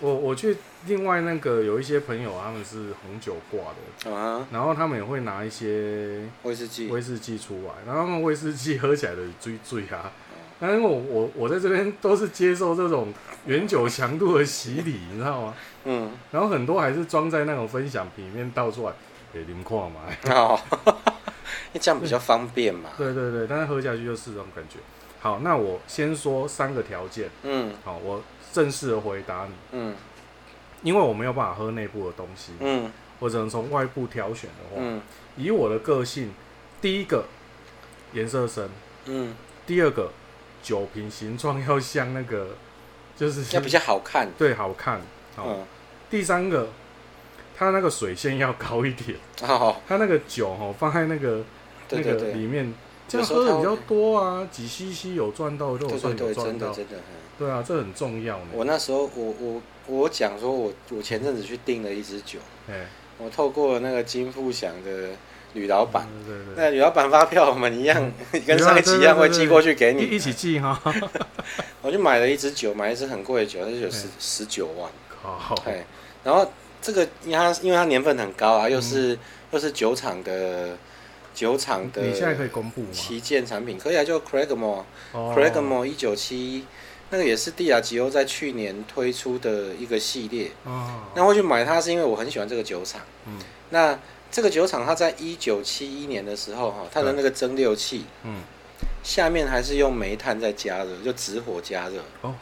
A: 我我去另外那个有一些朋友他们是红酒挂的，
B: 啊，
A: 然后他们也会拿一些
B: 威士忌，
A: 威士忌出来，然后他们威士忌喝起来的醉醉啊。但因为我我我在这边都是接受这种原酒强度的洗礼，你知道吗？
B: 嗯，
A: 然后很多还是装在那种分享瓶里面倒出来给你们看嘛。
B: 哦， [LAUGHS] 因为这样比较方便嘛，
A: [LAUGHS] 对对对，但是喝下去就是这种感觉。好，那我先说三个条件，
B: 嗯
A: 好，我正式的回答你，
B: 嗯
A: 因为我没有办法喝内部的东西，
B: 嗯
A: 我只能从外部挑选的话，
B: 嗯
A: 以我的个性，第一个颜色深，
B: 嗯，
A: 第二个酒瓶形状要像那个，就是
B: 要比较好看，
A: [LAUGHS] 对好看，好，
B: 嗯，
A: 第三个它那个水线要高一点，
B: 哦，
A: 它那个酒哦放在那个
B: 对
A: 那
B: 对
A: 个
B: 对，
A: 里面这样
B: 有时候
A: 喝
B: 它
A: 的比较多啊，几 CC 有赚到就有
B: 对
A: 算
B: 对
A: 有
B: 对，
A: 赚
B: 真的
A: 到，
B: 真的。嗯
A: 对啊，这很重要呢。
B: 我那时候我我我讲说我我前阵子去订了一支酒，
A: 哎，
B: 我透过那个金富祥的吕老板，
A: 对对对，
B: 那吕老板发票我们一样，
A: 嗯
B: 跟上一期一样
A: 啊
B: 会寄过去给你。哎
A: 一一起记哈， [LAUGHS]
B: 我就买了一支酒，买了一支很贵的酒，它是有
A: 嗯
B: 十
A: 哦
B: 十九万，
A: 靠，
B: 哎，然后这个因为它因为它年份很高啊，又是、又是酒厂的酒厂的
A: 嗯你现在可以公布吗？
B: 旗舰产品，可以啊，就 Craigmore、
A: 哦
B: Craigmore 一九七，那个也是蒂亚吉欧在去年推出的一个系列。
A: 哦，
B: 那会去买它是因为我很喜欢这个酒厂。
A: 嗯
B: 那这个酒厂它在一九七一年的时候哈，它的那个蒸馏器
A: 嗯，
B: 下面还是用煤炭在加热，就直火加热。
A: 哦，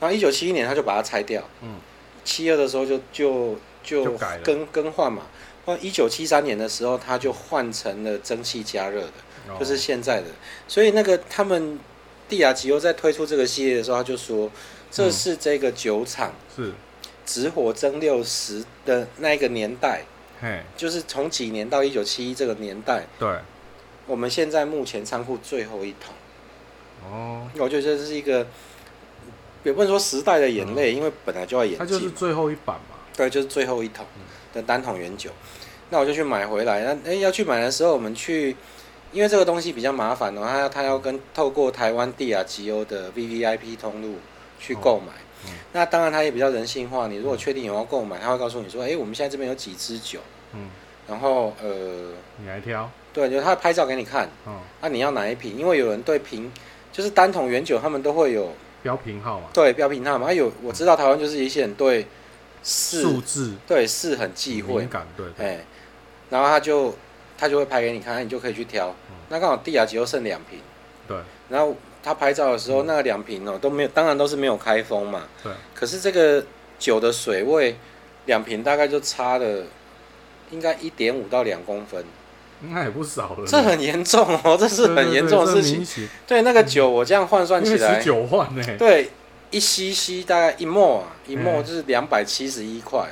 B: 然后一九七一年他就把它拆掉，
A: 嗯，
B: 七二的时候就就就
A: 就改了
B: 更更换嘛。那一九七三年的时候，它就换成了蒸汽加热的，
A: 哦
B: 就是现在的。所以那个他们蒂亚吉欧在推出这个系列的时候，他就说这是这个酒厂
A: 是，
B: 直火蒸馏时的那一个年代，
A: 嘿，
B: 就是从几年到一九七一这个年代，
A: 对，
B: 我们现在目前仓库最后一桶。
A: 哦，
B: 我觉得这是一个，也不能说时代的眼泪，因为本来就要演
A: 它就
B: 技
A: 是
B: 嘛，
A: 最后一版嘛，
B: 对，就是最后一桶的单桶原酒。那我就去买回来。那哎、要去买的时候，我们去，因为这个东西比较麻烦哦，它它要跟透过台湾地亚吉欧的 VVIP 通路去购买。
A: 嗯
B: 那当然，它也比较人性化。你如果确定有要购买，它会告诉你说：“哎、我们现在这边有几支酒，
A: 嗯，
B: 然后呃，
A: 你来挑，
B: 对，就是它拍照给你看，
A: 嗯，
B: 啊，你要哪一瓶？因为有人对瓶就是单桶原酒，他们都会有
A: 标评号嘛，
B: 对标评他们，啊有我知道台湾就是一些人对
A: 数
B: 事
A: 字嗯
B: 对事很忌讳
A: 敏，感，对对，
B: 哎，然后他就他就会拍给你看，那你就可以去挑。那刚好地亚吉又剩两瓶，
A: 对
B: 然后他拍照的时候，那两瓶哦都没有，当然都是没有开封嘛。
A: 对，
B: 可是这个酒的水位，两瓶大概就差了应该一点五到两公分，
A: 那也不少了，
B: 这很严重哦，这是很严重的事情。
A: 情，
B: 对那个酒，我这样换算
A: 因
B: 起
A: 为
B: 来
A: 十，九万呢，
B: 对，一 cc 大概一沫啊，一沫
A: 嗯
B: 就是两百七十一块，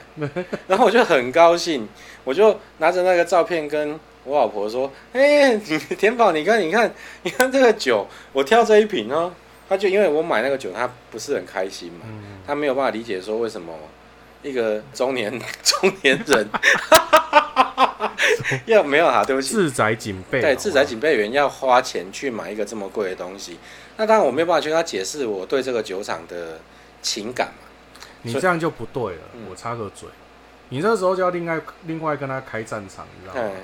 B: 然后我就很高兴，我就拿着那个照片跟我老婆说：“哎、你田宝，你看，你看，你看这个酒，我挑这一瓶哦。”他就因为我买那个酒，他不是很开心嘛，
A: 嗯，
B: 他没有办法理解说为什么一个中年 [LAUGHS] 中年人 [LAUGHS] 要没有啊，对不起，
A: 自宅警备，
B: 对，
A: 好吗
B: 自宅，警备员要花钱去买一个这么贵的东西，那当然我没有办法去跟他解释我对这个酒厂的情感嘛。
A: 你
B: 所以
A: 这样就不对了，
B: 嗯
A: 我插个嘴，你这时候就要另外另外跟他开战场，你知道吗？
B: 哎，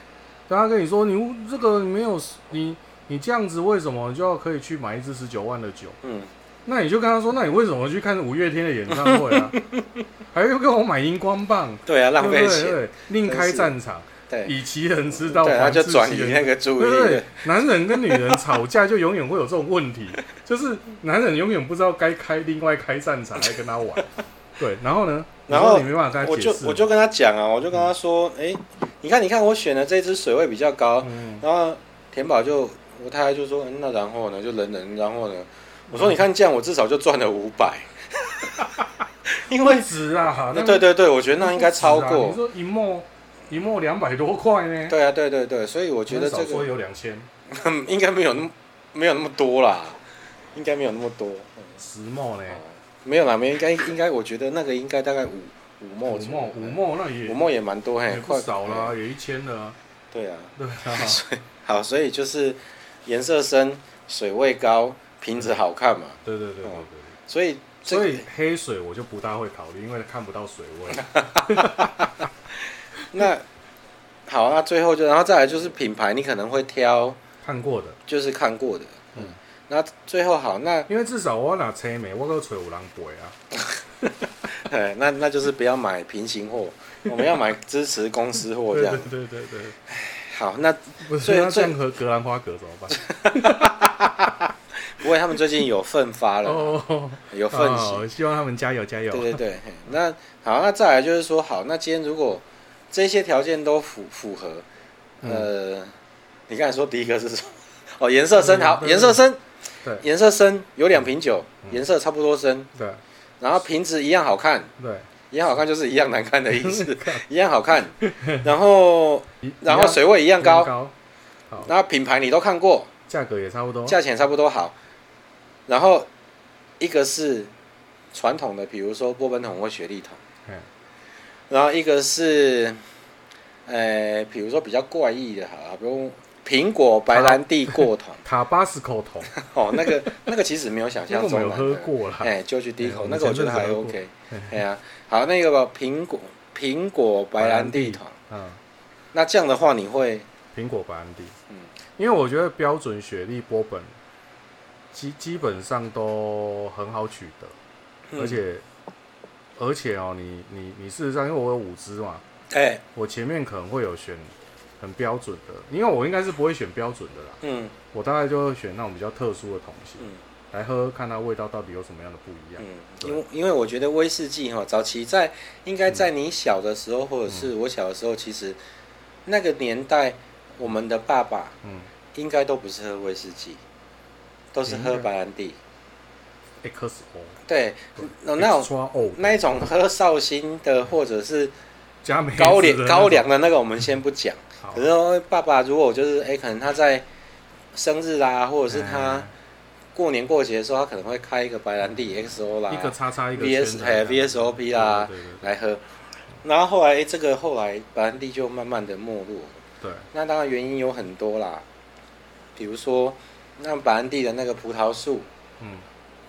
A: 对他跟你说，你这个没有你你这样子，为什么就要可以去买一支十九万的酒？
B: 嗯，
A: 那你就跟他说，那你为什么去看五月天的演唱会啊？ [LAUGHS] 还要跟我买荧光棒，
B: 对啊，浪
A: 对
B: 费
A: 不对
B: 钱，
A: 对另开战场，
B: 对，
A: 以其人之道
B: 对，他
A: 还
B: 就
A: 治
B: 转
A: 其
B: 移
A: 人
B: 那个注意
A: 对不
B: 力
A: 对。？男人跟女人吵架就永远会有这种问
B: [LAUGHS]
A: 题，就是男人永远不知道该开另外开战场来跟他玩。对，然后呢？
B: 然后
A: 你说你没办法跟他
B: 我
A: 解
B: 就
A: 释，
B: 我就跟他讲啊，我就跟他说，哎，你看你看，我选的这支水位比较高，
A: 嗯，
B: 然后田宝就我太太就说，嗯那然后呢，就忍忍，然后呢，
A: 嗯
B: 我说你看这样我至少就赚了五
A: [LAUGHS]
B: 百，因
A: 不
B: 为
A: 值啊，那
B: 对对对，我觉得那应该超
A: 不止啊
B: 过
A: 你。说一墨一墨两百多块呢？
B: [LAUGHS] 对啊，对对对，所以我
A: 我
B: 觉得这
A: 少说
B: 个
A: 有两千，
B: [LAUGHS] 应该没有那么没有那么多啦，应该没有那么多，啊
A: 十墨呢？
B: 没有啦，没有应该应该，我觉得那个应该大概五五墨
A: 五
B: 左
A: 墨
B: 右，
A: 五墨那也
B: 五墨也蛮多嘿，
A: 也不
B: 快
A: 少啦，，也一千了
B: [LAUGHS]
A: 啊，
B: 对啊，
A: 对啊，
B: 好，所以就是颜色深，水位高，瓶子好看嘛，
A: 对对对对对
B: 哦。所以这
A: 所
B: 个
A: 以黑水我就不大会考虑，因为看不到水位。
B: [LAUGHS] 那好，啊那最后就然后再来就是品牌，你可能会挑
A: 看过的，
B: 就是看过的，
A: 嗯
B: 嗯，那最后好，那
A: 因为至少我拿车没，我够吹有人陪啊。
B: [LAUGHS] 哎那那就是不要买平行货，我们要买支持公司货这
A: 对
B: 样
A: 对。对对对，
B: 好，那
A: 不是
B: 最
A: 那这
B: 最
A: 样和格兰花格怎么办？
B: 不过他们最近有奋发了，
A: 哦，
B: 有奋起。
A: 哦，希望他们加油加油。
B: 对对对，嘿那好，那再来就是说，好，那今天如果这些条件都符符合，
A: 嗯
B: 呃，你刚才说第一个是什么？哦，颜色深，好，
A: 嗯
B: 颜色深，
A: 对嗯
B: 颜色深有两瓶酒，颜色差不多深，
A: 对
B: 然后瓶子一样好看，
A: 对，
B: 一样好看就是一样难看的意
A: [LAUGHS]
B: 思，一样好看，然后然后水位一
A: 一
B: 样高，
A: 高，
B: 然后品牌你都看过，
A: 价格也差不多。
B: 价钱差不多好。然后一个是传统的，比如说波本桶或雪莉桶
A: 嗯，
B: 然后一个是呃，比如说比较怪异的，好了，比如苹果白兰地
A: [LAUGHS]
B: 过桶，
A: 塔巴斯口桶，
B: 哦，那个那个其实没有想
A: 那
B: 象
A: 个我
B: 中
A: 们有
B: 难
A: 喝
B: 的
A: 过啦。
B: 哎、就去第一
A: 哎
B: 口
A: 我，
B: 那
A: 们
B: 个我
A: 前
B: 觉
A: 阵
B: 得
A: 子
B: 还
A: 喝过
B: OK。哎呀、好，那个吧，苹果苹果白兰地桶。
A: 嗯，
B: 那这样的话，你会
A: 苹果白兰地。
B: 嗯
A: 因为我觉得标准雪莉波本基基本上都很好取得，
B: 嗯
A: 而且而且哦，你你你事实上，因为我有五支嘛，
B: 哎、
A: 我前面可能会有选很标准的，因为我应该是不会选标准的啦，
B: 嗯
A: 我大概就会选那种比较特殊的桶型
B: 嗯
A: 来喝，看它味道到底有什么样的不一样
B: 嗯。，因为因为我觉得威士忌哈，早期在应该在你小的时候，或
A: 嗯
B: 者是我小的时候，其实那个年代，我们的爸爸
A: 嗯，
B: 应该都不是喝威士忌，都是喝白兰地。
A: XO
B: 对，那哦那种
A: extra old
B: 那一种喝绍兴的，或者是
A: 加梅子的那 [LAUGHS]
B: 高粱
A: 种
B: 高粱的那个，我们先不讲。
A: 好
B: 可是爸爸如果就是哎、诶可能他在生日啦，或者是
A: 哎
B: 他过年过节的时候，他可能会开一个白兰地 XO 啦，
A: 嗯一个叉叉一个
B: VS 哎
A: 哎
B: VSOP 啦
A: 对对
B: 来喝。然后后来诶这个后来白兰地就慢慢的没落，
A: 对，对
B: 那当然原因有很多啦，比如说那白兰地的那个葡萄树
A: 嗯，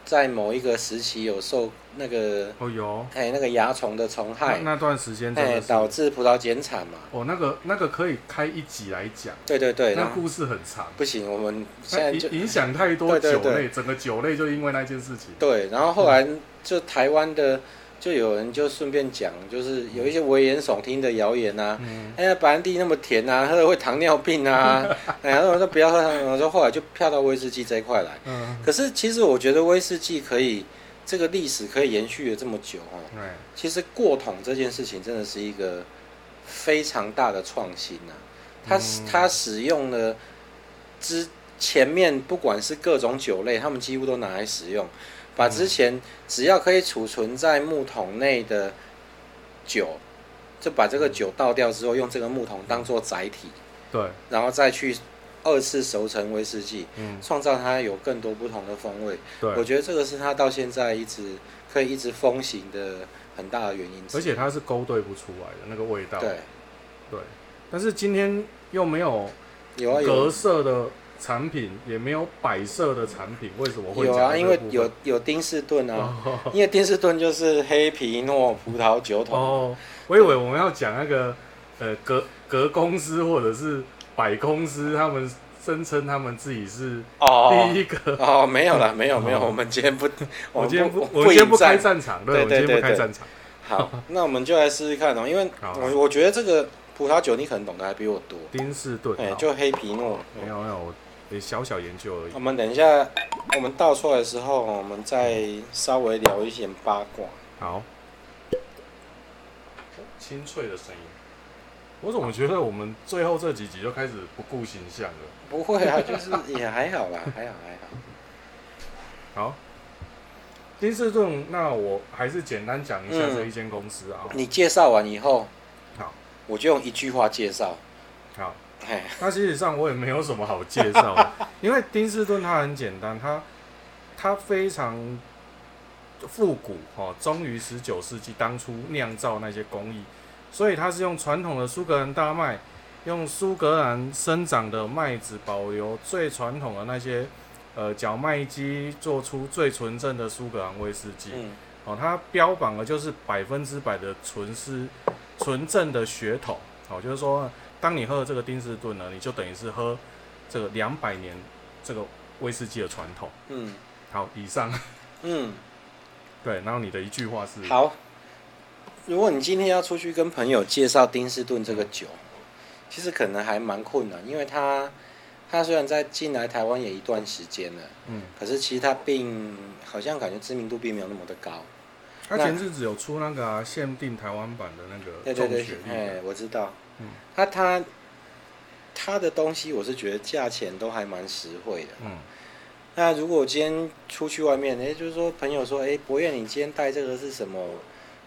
B: 在某一个时期有受那个
A: 哦有
B: 哎、那个蚜虫的虫
A: 那
B: 害，
A: 那段时间真
B: 哎、
A: 的是
B: 导致葡萄减产嘛，
A: 哦，那个那个可以开一集来讲，
B: 对对对，
A: 那
B: 然后
A: 故事很长，
B: 不行，我们现
A: 那
B: 在就
A: 影影响太多
B: 对对
A: 酒
B: 对
A: 类，整个酒类就因为那件事情，
B: 对，然后后来就台湾的，就有人就顺便讲，就是有一些危言耸听的谣言啊，
A: 嗯，
B: 哎呀，白兰地那么甜啊，喝了会糖尿病啊，哎，然后我说不要喝糖，我说后来就跳到威士忌这一块来。
A: 嗯，
B: 可是其实我觉得威士忌可以这个历史可以延续了这么久哦，
A: 对，
B: 其实过桶这件事情真的是一个非常大的创新呐、它
A: 嗯
B: 它使用了之前面不管是各种酒类，他们几乎都拿来使用，把
A: 嗯
B: 之前只要可以储存在木桶内的酒，就把这个
A: 嗯
B: 酒倒掉之后，用这个木桶当做载体，
A: 对，
B: 然后再去二次熟成威士忌，
A: 嗯，
B: 创造它有更多不同的风味。我
A: 对，
B: 觉得这个是它到现在一直可以一直风行的很大的原因之一。
A: 而且它是勾兑不出来的那个味道，
B: 对，
A: 对，但是今天又没有
B: 有啊
A: 隔
B: 有
A: 色的产品，也没有摆设的产品，为什么会
B: 有
A: 讲到
B: 啊，
A: 这
B: 因
A: 个
B: 为
A: 部分
B: 有有丁士顿啊，
A: 哦
B: 因为丁士顿就是黑皮诺葡萄酒
A: [LAUGHS]
B: 桶，
A: 哦，我以为我们要讲那个呃隔隔公司或者是百公司，他们声称他们自己是
B: 哦
A: 第一个。
B: 哦，没有了，没有没有，
A: 哎哦
B: 我们今天不，
A: 我
B: 们
A: 今天不，
B: 不
A: 我今天
B: 不
A: 不
B: 迎
A: 开
B: 战。
A: 战场，
B: 对
A: 我今
B: 对
A: 天
B: 对
A: 不开
B: 对
A: 战场。
B: 好，那我们就来试试看哦，因为
A: 好
B: 我我觉得这个葡萄酒你可能懂得还比我多，
A: 丁士顿，
B: 哎，
A: 好
B: 就哦黑皮诺。
A: 没有没有，我也小小研究而已
B: 我。们等一下，我们倒出来的时候，我们再稍微聊一些八卦。
A: 好，清脆的声音。我怎么觉得我们最后这几集就开始不顾形象了？
B: 不会啊，就是也还
A: [LAUGHS]
B: 好啦，还好还好。
A: 好，丁士顿，那我还是简单讲一下
B: 嗯
A: 这一间公司啊。
B: 你介绍完以后，
A: 好，
B: 我就用一句话介绍。
A: 好，
B: 嘿，
A: 那事实上我也没有什么好介绍的，因为丁士顿它很简单，它它非常复古哦，忠于十九世纪当初酿造那些工艺，所以它是用传统的苏格兰大麦，用苏格兰生长的麦子保留最传统的那些呃搅麦机，做出最纯正的苏格兰威士忌。
B: 嗯
A: 哦，它标榜的就是百分之百的纯是纯正的血统。哦，就是说，当你喝了这个丁士顿呢，你就等于是喝这个两百年这个威士忌的传统。
B: 嗯
A: 好，以上
B: 嗯，
A: 对，然后你的一句话是，
B: 好。如果你今天要出去跟朋友介绍丁士顿这个酒，其实可能还蛮困难，因为它它虽然在进来台湾也一段时间了，
A: 嗯，
B: 可是其实它并好像感觉知名度并没有那么的高。
A: 它
B: 那
A: 前阵子有出那个啊、限定台湾版的那
B: 对
A: 个
B: 对
A: 重
B: 对
A: 雪，莉
B: 哎
A: 的，，
B: 我知道。
A: 嗯
B: 它它它的东西，我是觉得价钱都还蛮实惠的。
A: 嗯，
B: 那如果今天出去外面，哎、就是说朋友说，哎、博彦，你今天带这个是什么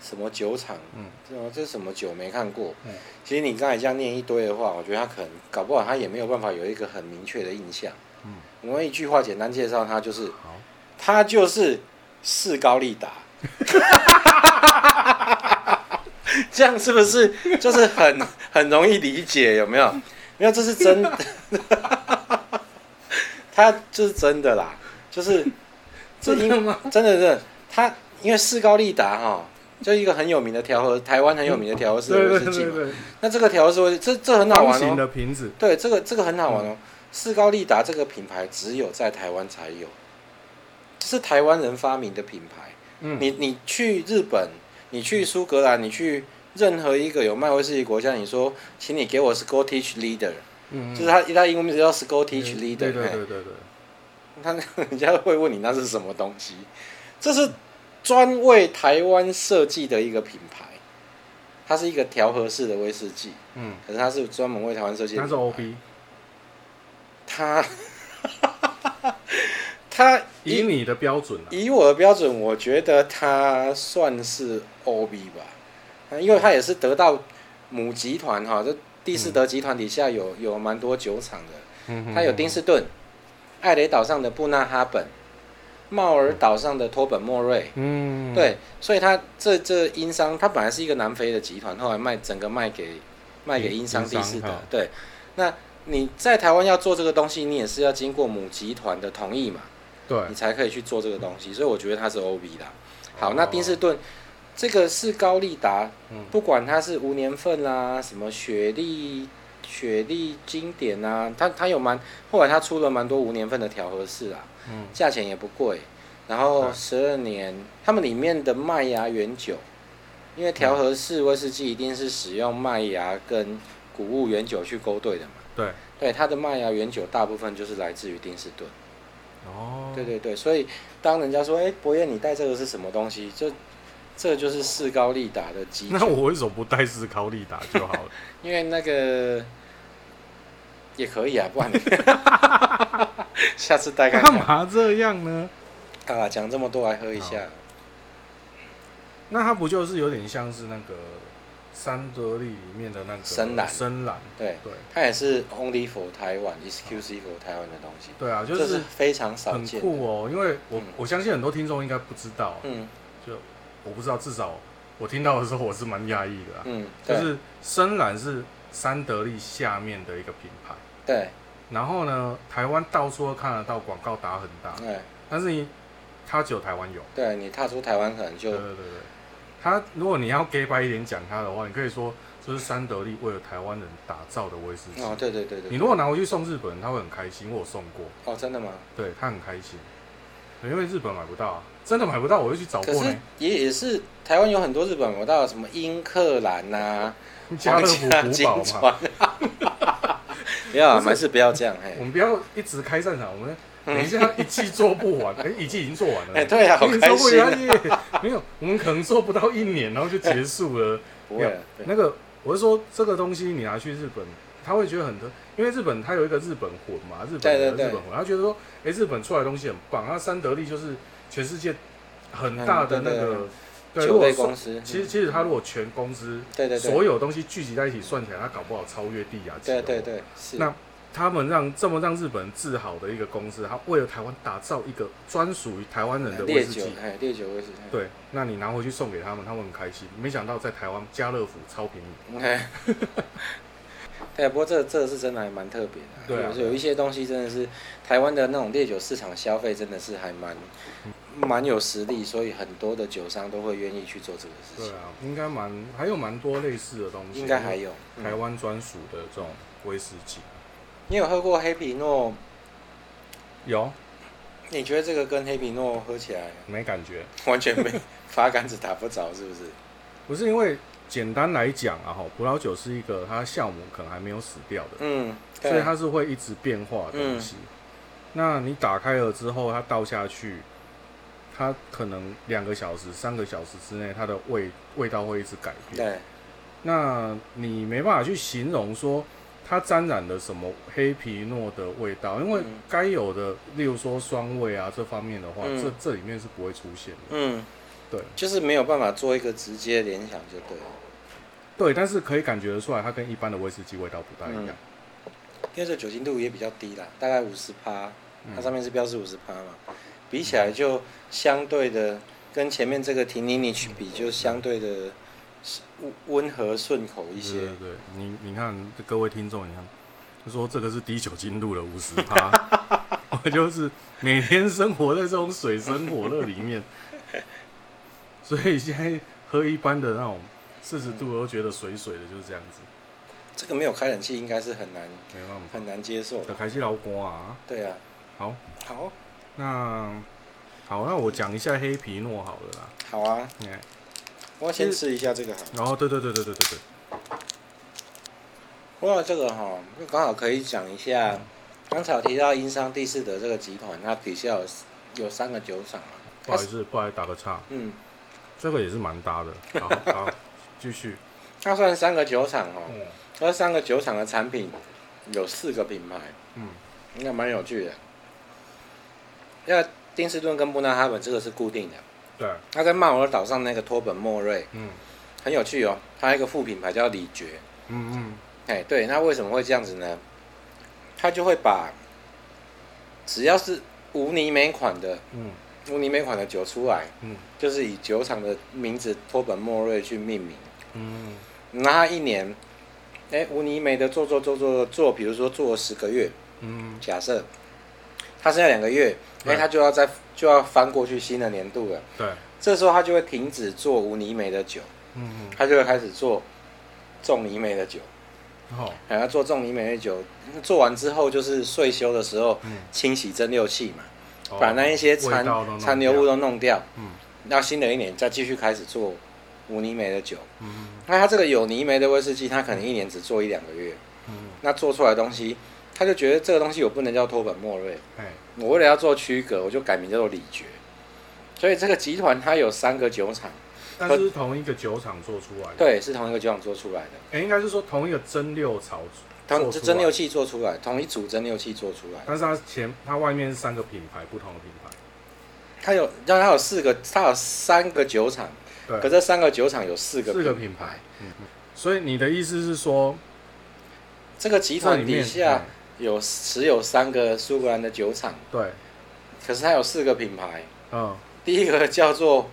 B: 什么酒厂，
A: 嗯，
B: 这种这什么酒没看过。
A: 嗯
B: 其实你刚才这样念一堆的话，我觉得他可能搞不好他也没有办法有一个很明确的印象。
A: 嗯，
B: 我们一句话简单介绍他就是
A: 好，
B: 他就是士高利
A: [LAUGHS]
B: 达。这样是不是就是很很容易理解？有没有？没有，这
A: [LAUGHS]
B: 是真的，他就是真的啦，就是这因
A: [LAUGHS] 真的吗？
B: 真的真的，他因为士高利达哈、就是一个很有名的调和，台湾很有名的调和式
A: 嗯对
B: 威
A: 对
B: 士忌
A: 对
B: 嘛。
A: 对，
B: 那这个调和式威士这这很好
A: 方
B: 玩
A: 形
B: 哦，
A: 的嗯瓶子，
B: 对，这个这个很好玩哦。士高利达这个品牌只有在台湾才有，这是台湾人发明的品牌。
A: 嗯，
B: 你你去日本，你去苏格兰，你去任何一个有卖威士忌国家，你说，请你给我 Scottish Leader，、
A: 嗯，
B: 就是他他英文名字
A: 对
B: 叫 Scottish Leader，
A: 对
B: 嘿
A: 对对对对，
B: 他那个人家会问你那是什么东西，这是专为台湾设计的一个品牌，它是一个调和式的威士忌，
A: 嗯，
B: 可是它是专门为台湾设计的
A: 那
B: 品
A: 是
B: 牌。
A: OB，
B: 它它
A: 以
B: 以
A: 你的标准啊，
B: 以我的标准，我觉得它算是 OB 吧，啊因为它也是得到母集团哈，这第士德集团底下有有蛮多酒厂的。
A: 嗯
B: 它有丁士顿、艾雷岛上的布纳哈本、帽尔岛上的托本莫瑞。
A: 嗯，嗯，
B: 对，所以它这这英商，它本来是一个南非的集团，后来卖整个卖给卖给
A: 英
B: 英商
A: 英
B: 第
A: 商
B: 四
A: 好
B: 的。对，那你在台湾要做这个东西，你也是要经过母集团的同意嘛，
A: 对
B: 你，才可以去做这个东西。所以我觉得它是 OB 啦。啊好，
A: 哦
B: 那丁士顿。这个是高利达
A: 嗯，
B: 不管它是无年份啦、什么雪莉、雪莉经典啊，它它有蛮，后来它出了蛮多无年份的调和式啊，
A: 嗯
B: 价钱也不贵。然后
A: 对
B: 十二年，他们里面的麦芽原酒，因为调和式威士忌一定是使用麦芽跟谷物原酒去勾兑的嘛，
A: 对，
B: 对，它的麦芽原酒大部分就是来自于丁士顿。
A: 哦，
B: 对对对，所以当人家说，哎、博彦你带这个是什么东西？就这就是士高利达的基
A: 那
B: 酒，
A: 我为什么不带斯考利达就
B: [LAUGHS]
A: 好了？
B: 因为那个也可以啊，不然
A: [LAUGHS]
B: 你下次带看
A: 干
B: 看。
A: 嘛这样呢？
B: 好啦，讲这么多，来喝一下。
A: 那它不就是有点像是那个三得利里面的那个
B: 深蓝
A: 深蓝，
B: 对，
A: 对
B: 它也是 Only for 台湾，Exclusive for 台湾的东西，
A: 对啊，就
B: 这是
A: 是
B: 非常少
A: 很
B: 见的。
A: 酷哦，因为我
B: 嗯
A: 我相信很多听众应该不知道，
B: 嗯
A: 就我不知道，至少我听到的时候我是蛮讶异的啊，
B: 嗯，
A: 就
B: 对、
A: 是深蓝是三得利下面的一个品牌，
B: 对，
A: 然后呢，台湾到处都看得到广告打很大，
B: 哎，
A: 但是你它只有台湾有，
B: 对你踏出台湾可能就
A: 对对对对，它如果你要 gay 白一点讲它的话，你可以说就是三得利为了台湾人打造的威士忌。
B: 哦，对对对
A: 你
B: 对，
A: 如果拿回去送日本人，他会很开心。我有送过，
B: 哦，真的吗？
A: 对他很开心，对因为日本买不到啊，真的买不到，我就去找
B: 可
A: 过
B: 是
A: 呢。
B: 也也是台湾有很多日本国到什么英克兰呐、
A: 家乐
B: 皇家
A: 福
B: 金
A: 古堡嘛，
B: 川，不
A: 不
B: 要、啊， [LAUGHS]
A: 是
B: 还是不要这样嘿
A: 我。们不要一直开战场，我们等一下一季做不完，哎，一季已经做完了。
B: 嗯哎、对啊，好
A: [LAUGHS] 一季
B: 开
A: 做不
B: 心、啊。
A: 完耶没有，我们可能做不到一年，然后就结束了。
B: 不会啊，对
A: 那个，我是说这个东西你拿去日本，他会觉得很多，因为日本它有一个日本魂嘛，日本
B: 对对
A: 的
B: 对
A: 日本魂，他觉得说，哎、日本出来的东西很棒，那三得利就是全世界很
B: 嗯
A: 大的那
B: 对对
A: 个，对，如
B: 酒
A: 果
B: 类
A: 说
B: 公司，
A: 其实
B: 嗯
A: 其实他如果全公司
B: 对对
A: 所
B: 对，
A: 有东西聚集在一起算起来，他搞不好超越地亚吉
B: 对
A: 欧
B: 对对是，哎
A: 那他们让这么让日本自豪的一个公司，他为了台湾打造一个专属于台湾人的威
B: 烈
A: 士
B: 酒
A: 忌，，
B: 哎，烈酒威士忌，
A: 对，那你拿回去送给他们，他们很开心。没想到在台湾家乐福超便宜。
B: 哎，对，不过这这个是真的还蛮特别的、
A: 对啊
B: 有有一些东西真的是台湾的那种烈酒市场消费真的是还蛮
A: 嗯
B: 蛮有实力，所以很多的酒商都会愿意去做这个事
A: 对
B: 情，
A: 啊，应该蛮还有蛮多类似的东西，
B: 应该还有。嗯
A: 台湾专属的这种威士忌。
B: 你有喝过黑皮诺？
A: 有
B: 你觉得这个跟黑皮诺喝起来 [LAUGHS]
A: 没感觉？
B: 完全没 [LAUGHS] 发杆子打不着，是不是？
A: 不是因为简单来讲啊，哈，葡萄酒是一个它酵母可能还没有死掉的，
B: 嗯，对嗯
A: 所以它是会一直变化的东西。那你打开了之后，它倒下去，它可能两个小时、三个小时之内，它的味味道会一直改变。
B: 对，
A: 那你没办法去形容说它沾染了什么黑皮诺的味道，因为
B: 嗯
A: 该有的，例如说酸味啊这方面的话，
B: 嗯
A: 这这里面是不会出现的。
B: 嗯，
A: 对
B: 就是没有办法做一个直接联想就对了。
A: 对，但是可以感觉得出来，它跟一般的威士忌味道不大一样。
B: 第二个酒精度也比较低啦，大概五十趴，嗯
A: 嗯
B: 它上面是标示五十趴嘛，比起来就相对的跟前面这个提尼尼去比，就相对的温温和顺口一些
A: 对。对对，你你看各位听众，你看，他说这个是低酒精度的五十趴， [LAUGHS] 我就是每天生活在这种水深火热里面， [LAUGHS] 所以现在喝一般的那种四十度，我都觉得水水的，就是这样子，
B: 这个没有开冷气应该是很难
A: 没办法。
B: 很难接受的。
A: 这还是老瓜啊，
B: 对啊，
A: 好，
B: 好，
A: 那好，那我讲一下黑皮诺好了啦，
B: 好啊，
A: 你看
B: 我先吃一下这个好了。
A: 然后对对对对对对对，
B: 说到这个哈，就刚好可以讲一下，刚才有提到英商第四德这个集团，它底下有有三个酒厂嘛。
A: 不好意思，不好意思打个岔，
B: 嗯，
A: 这个也是蛮搭的，好好继续，
B: 它算三个酒厂哦。
A: 嗯
B: 它三个酒厂的产品有四个品牌，
A: 嗯，
B: 应该蛮有趣的。那丁士顿跟布纳哈本这个是固定的，
A: 对，
B: 它跟曼尔岛上那个托本莫瑞
A: 嗯
B: 很有趣哦，它有一个副品牌叫李爵。
A: 嗯嗯。
B: 哎，对，那为什么会这样子呢？它就会把只要是无泥煤款的
A: 嗯
B: 无泥煤款的酒出来，
A: 嗯
B: 就是以酒厂的名字托本莫瑞去命名。
A: 嗯
B: 那它一年，哎，无泥煤的做做做做做，比如说做十个月，
A: 嗯
B: 假设他剩下两个月，哎、
A: 对
B: 他就要再就要翻过去新的年度了。
A: 对，
B: 这时候他就会停止做无泥煤的酒，
A: 嗯
B: 他就会开始做重泥煤的酒。
A: 嗯，好，
B: 然后做重泥煤的酒，做完之后就是税休的时候
A: 嗯，
B: 清洗蒸馏器嘛，
A: 哦
B: 把那一些残
A: 味道都弄
B: 残留物
A: 掉，
B: 都弄掉。
A: 嗯
B: 那新的一年再继续开始做无泥煤的酒。
A: 嗯
B: 那他这个有泥煤的威士忌，他可能一年只做一两个月，
A: 嗯，
B: 那做出来的东西，他就觉得这个东西我不能叫托本莫瑞，
A: 哎，
B: 我为了要做区隔，我就改名叫做李爵。所以这个集团它有三个酒厂，
A: 但是同一个酒厂做出来的，
B: 对，是同一个酒厂做出来的，
A: 哎，应该是说同一个蒸馏槽
B: 同
A: 做
B: 是
A: 出
B: 蒸馏
A: 来，
B: 器做出来，同一组蒸馏器做出来。
A: 但是它前它外面是三个品牌，不同的品牌，
B: 它有，让它有四个，它有三个酒厂，
A: 对
B: 可这三个酒厂有四个
A: 四个
B: 品
A: 品牌，嗯，嗯所以你的意思是说，
B: 这个集
A: 这
B: 团
A: 里
B: 底
A: 面
B: 下
A: 嗯
B: 有持有三个苏格兰的酒厂，
A: 对，
B: 可是它有四个品牌，
A: 嗯，
B: 第一个叫做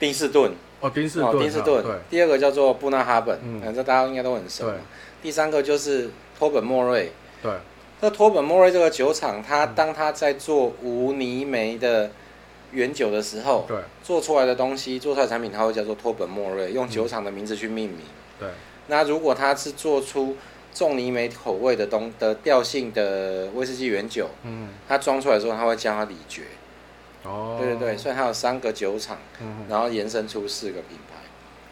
B: 丁士顿，
A: 哦，丁士
B: 哦，
A: 顿，
B: 丁士
A: 啊
B: 顿，第二个叫做布纳哈本，
A: 嗯
B: 嗯，这大家应该都很熟
A: 对。
B: 第三个就是托本莫瑞，
A: 对对，
B: 那托本莫瑞这个酒厂，它当它在做无泥煤的原酒的时候，
A: 对嗯
B: 做出来的东西，做出来的产品，它会叫做托本莫瑞，用酒厂的名字去命名。
A: 对，
B: 那如果它是做出重泥煤口味的东的调性的威士忌原酒，
A: 嗯，
B: 它装出来之后，它会叫它李爵。
A: 哦，
B: 对对对，，所以它有三个酒厂，
A: 嗯，
B: 然后延伸出四个品牌。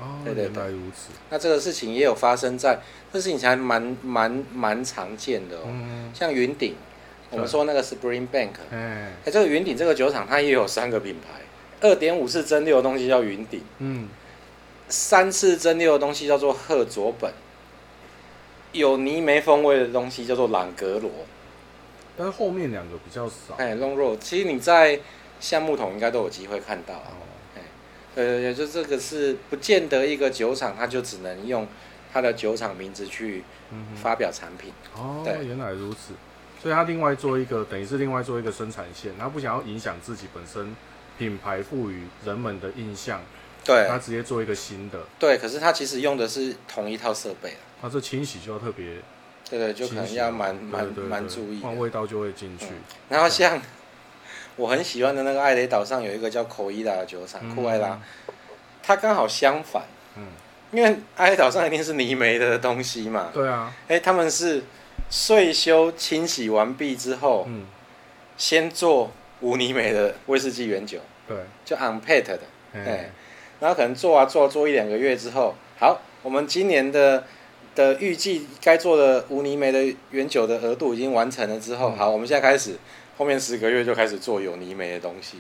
A: 哦，
B: 对对
A: 原
B: 对
A: 来如此，
B: 那这个事情也有发生在，这事情还蛮蛮蛮常见的哦。
A: 嗯，
B: 像云顶，我们说那个 Spring Bank，
A: 哎，
B: 哎、这个云顶这个酒厂它也有三个品牌，二点五次蒸馏的东西叫云顶，
A: 嗯，
B: 三次蒸馏的东西叫做赫佐本，有泥煤风味的东西叫做朗格罗，
A: 但是后面两个比较少，
B: 哎、l o n g r o 其实你在橡木桶应该都有机会看到啊。
A: 哦。
B: 对对对，就这个是不见得一个酒厂，它就只能用它的酒厂名字去
A: 嗯哼
B: 发表产品。
A: 哦，
B: 对
A: 原来如此，所以他另外做一个，等于是另外做一个生产线，他不想要影响自己本身品牌赋予人们的印象，
B: 对
A: 他直接做一个新的，
B: 对，可是它其实用的是同一套设备啊。
A: 那这清洗就要特别
B: 对对，
A: 清
B: 就
A: 洗
B: 可
A: 了，
B: 能要蛮
A: 啊对
B: 蛮
A: 对对
B: 蛮注意的嗯
A: 换。味道就会进去。
B: 然后像我很喜欢的那个艾雷岛上有一个叫口伊拉的酒厂，
A: 嗯
B: 库艾拉，它刚好相反，
A: 嗯，
B: 因为艾雷岛上一定是泥煤的东西嘛，
A: 对啊，
B: 哎，他们是税修清洗完毕之后，
A: 嗯，
B: 先做无泥煤的威士忌原酒，
A: 对，
B: 就 unpet 的，哎
A: 哎，，
B: 然后可能做啊做啊做一两个月之后，好，我们今年的。的预计该做的无泥煤的原酒的额度已经完成了之后，好，我们现在开始，后面十个月就开始做有泥煤的东西。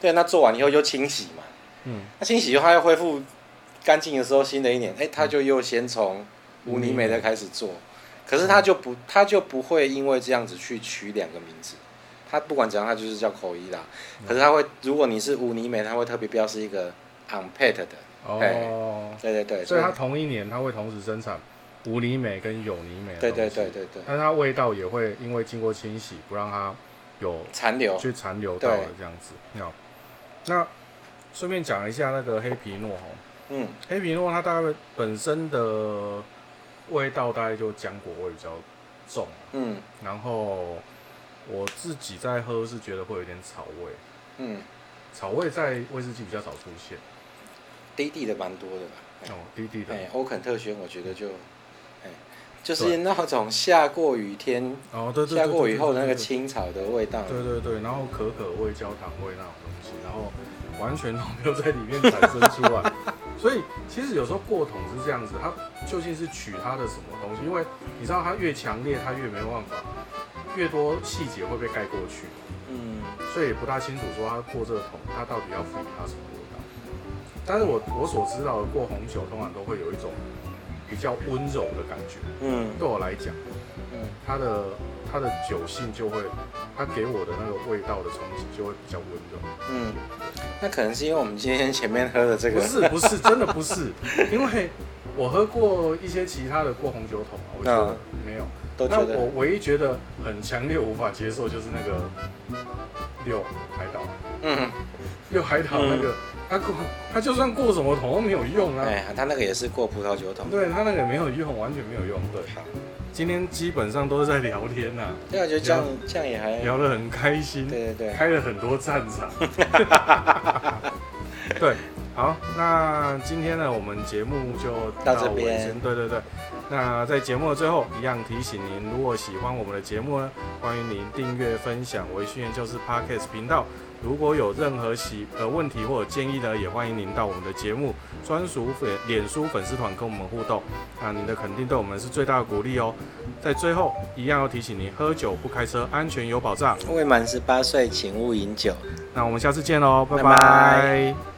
B: 对，那做完以后又清洗嘛，
A: 嗯，
B: 那清洗以后它又恢复干净的时候，新的一年，哎、它就又先从无泥煤的开始做，可是它就不，它就不会因为这样子去取两个名字，它不管怎样，它就是叫口一啦。
A: 嗯
B: 可是它会，如果你是五尼美，它会特别标示一个 unpet 的。
A: 哦，
B: 对对对，
A: 所以它同一年它会同时生产无泥美跟有泥美，
B: 对对对，对对，
A: 但它味道也会因为经过清洗，不让它有
B: 残留
A: 去残留到了
B: 哦对
A: 这样子。好，那顺便讲一下那个黑皮诺哦，
B: 嗯
A: 黑皮诺它大概本身的味道大概就浆果味比较重，
B: 嗯
A: 啊然后我自己在喝是觉得会有点草味，
B: 嗯，
A: 草味在威士忌比较少出现
B: 低地的蛮多的吧。
A: 哦，低低的
B: 哎，，欧肯特轩我觉得就，哎，就是
A: 对
B: 那种下过雨天、
A: 哦对对对，
B: 下过雨
A: 对
B: 后的那个
A: 对对
B: 青草的味道。
A: 对对对，然后可可味、焦糖味那种东西，然后完全都没有在里面产生出来。所以其实有时候过桶是这样子，它究竟是取它的什么东西？因为你知道它越强烈，它越没办法，越多细节会被盖过去，
B: 嗯
A: 所以也不大清楚说它过这个桶，它到底要赋予它什么味道。但是我我所知道的过红酒，通常都会有一种比较温柔的感觉。
B: 嗯
A: 对我来讲，
B: 嗯
A: 它的它的酒性就会，它给我的那个味道的冲击就会比较温柔。
B: 嗯，那可能是因为我们今天前面喝的这
A: 不
B: 个，
A: 是不是，真的不是，因为我喝过一些其他的过红酒桶啊，我觉得没有。
B: 嗯都
A: 那
B: 觉得
A: 我唯一觉得很强烈无法接受就是那个六海岛，
B: 嗯，
A: 六海岛那个，它过它就算过什么桶都没有用啊。
B: 哎，他那个也是过葡萄酒桶。
A: 对它那个也没有用，完全没有用。对，
B: 好，
A: 今天基本上都是在聊天呐、
B: 对啊，我觉得这样这样也还，
A: 聊得很开心。
B: 对对对，
A: 开了很多战
B: [LAUGHS]
A: 场。对，好，那今天呢，我们节目就
B: 到这
A: 尾
B: 边
A: 声对对对，那在节目的最后，一样提醒您，如果喜欢我们的节目呢，欢迎您订阅、分享微醺研究室 Podcast 频道。如果有任何喜呃问题或者建议呢，也欢迎您到我们的节目专属粉脸书粉丝团跟我们互动。那您的肯定对我们是最大的鼓励哦。在最后，一样要提醒您，喝酒不开车，安全有保障。
B: 未满十八岁请勿饮酒。
A: 那我们下次见喽，拜
B: 拜
A: 拜
B: 拜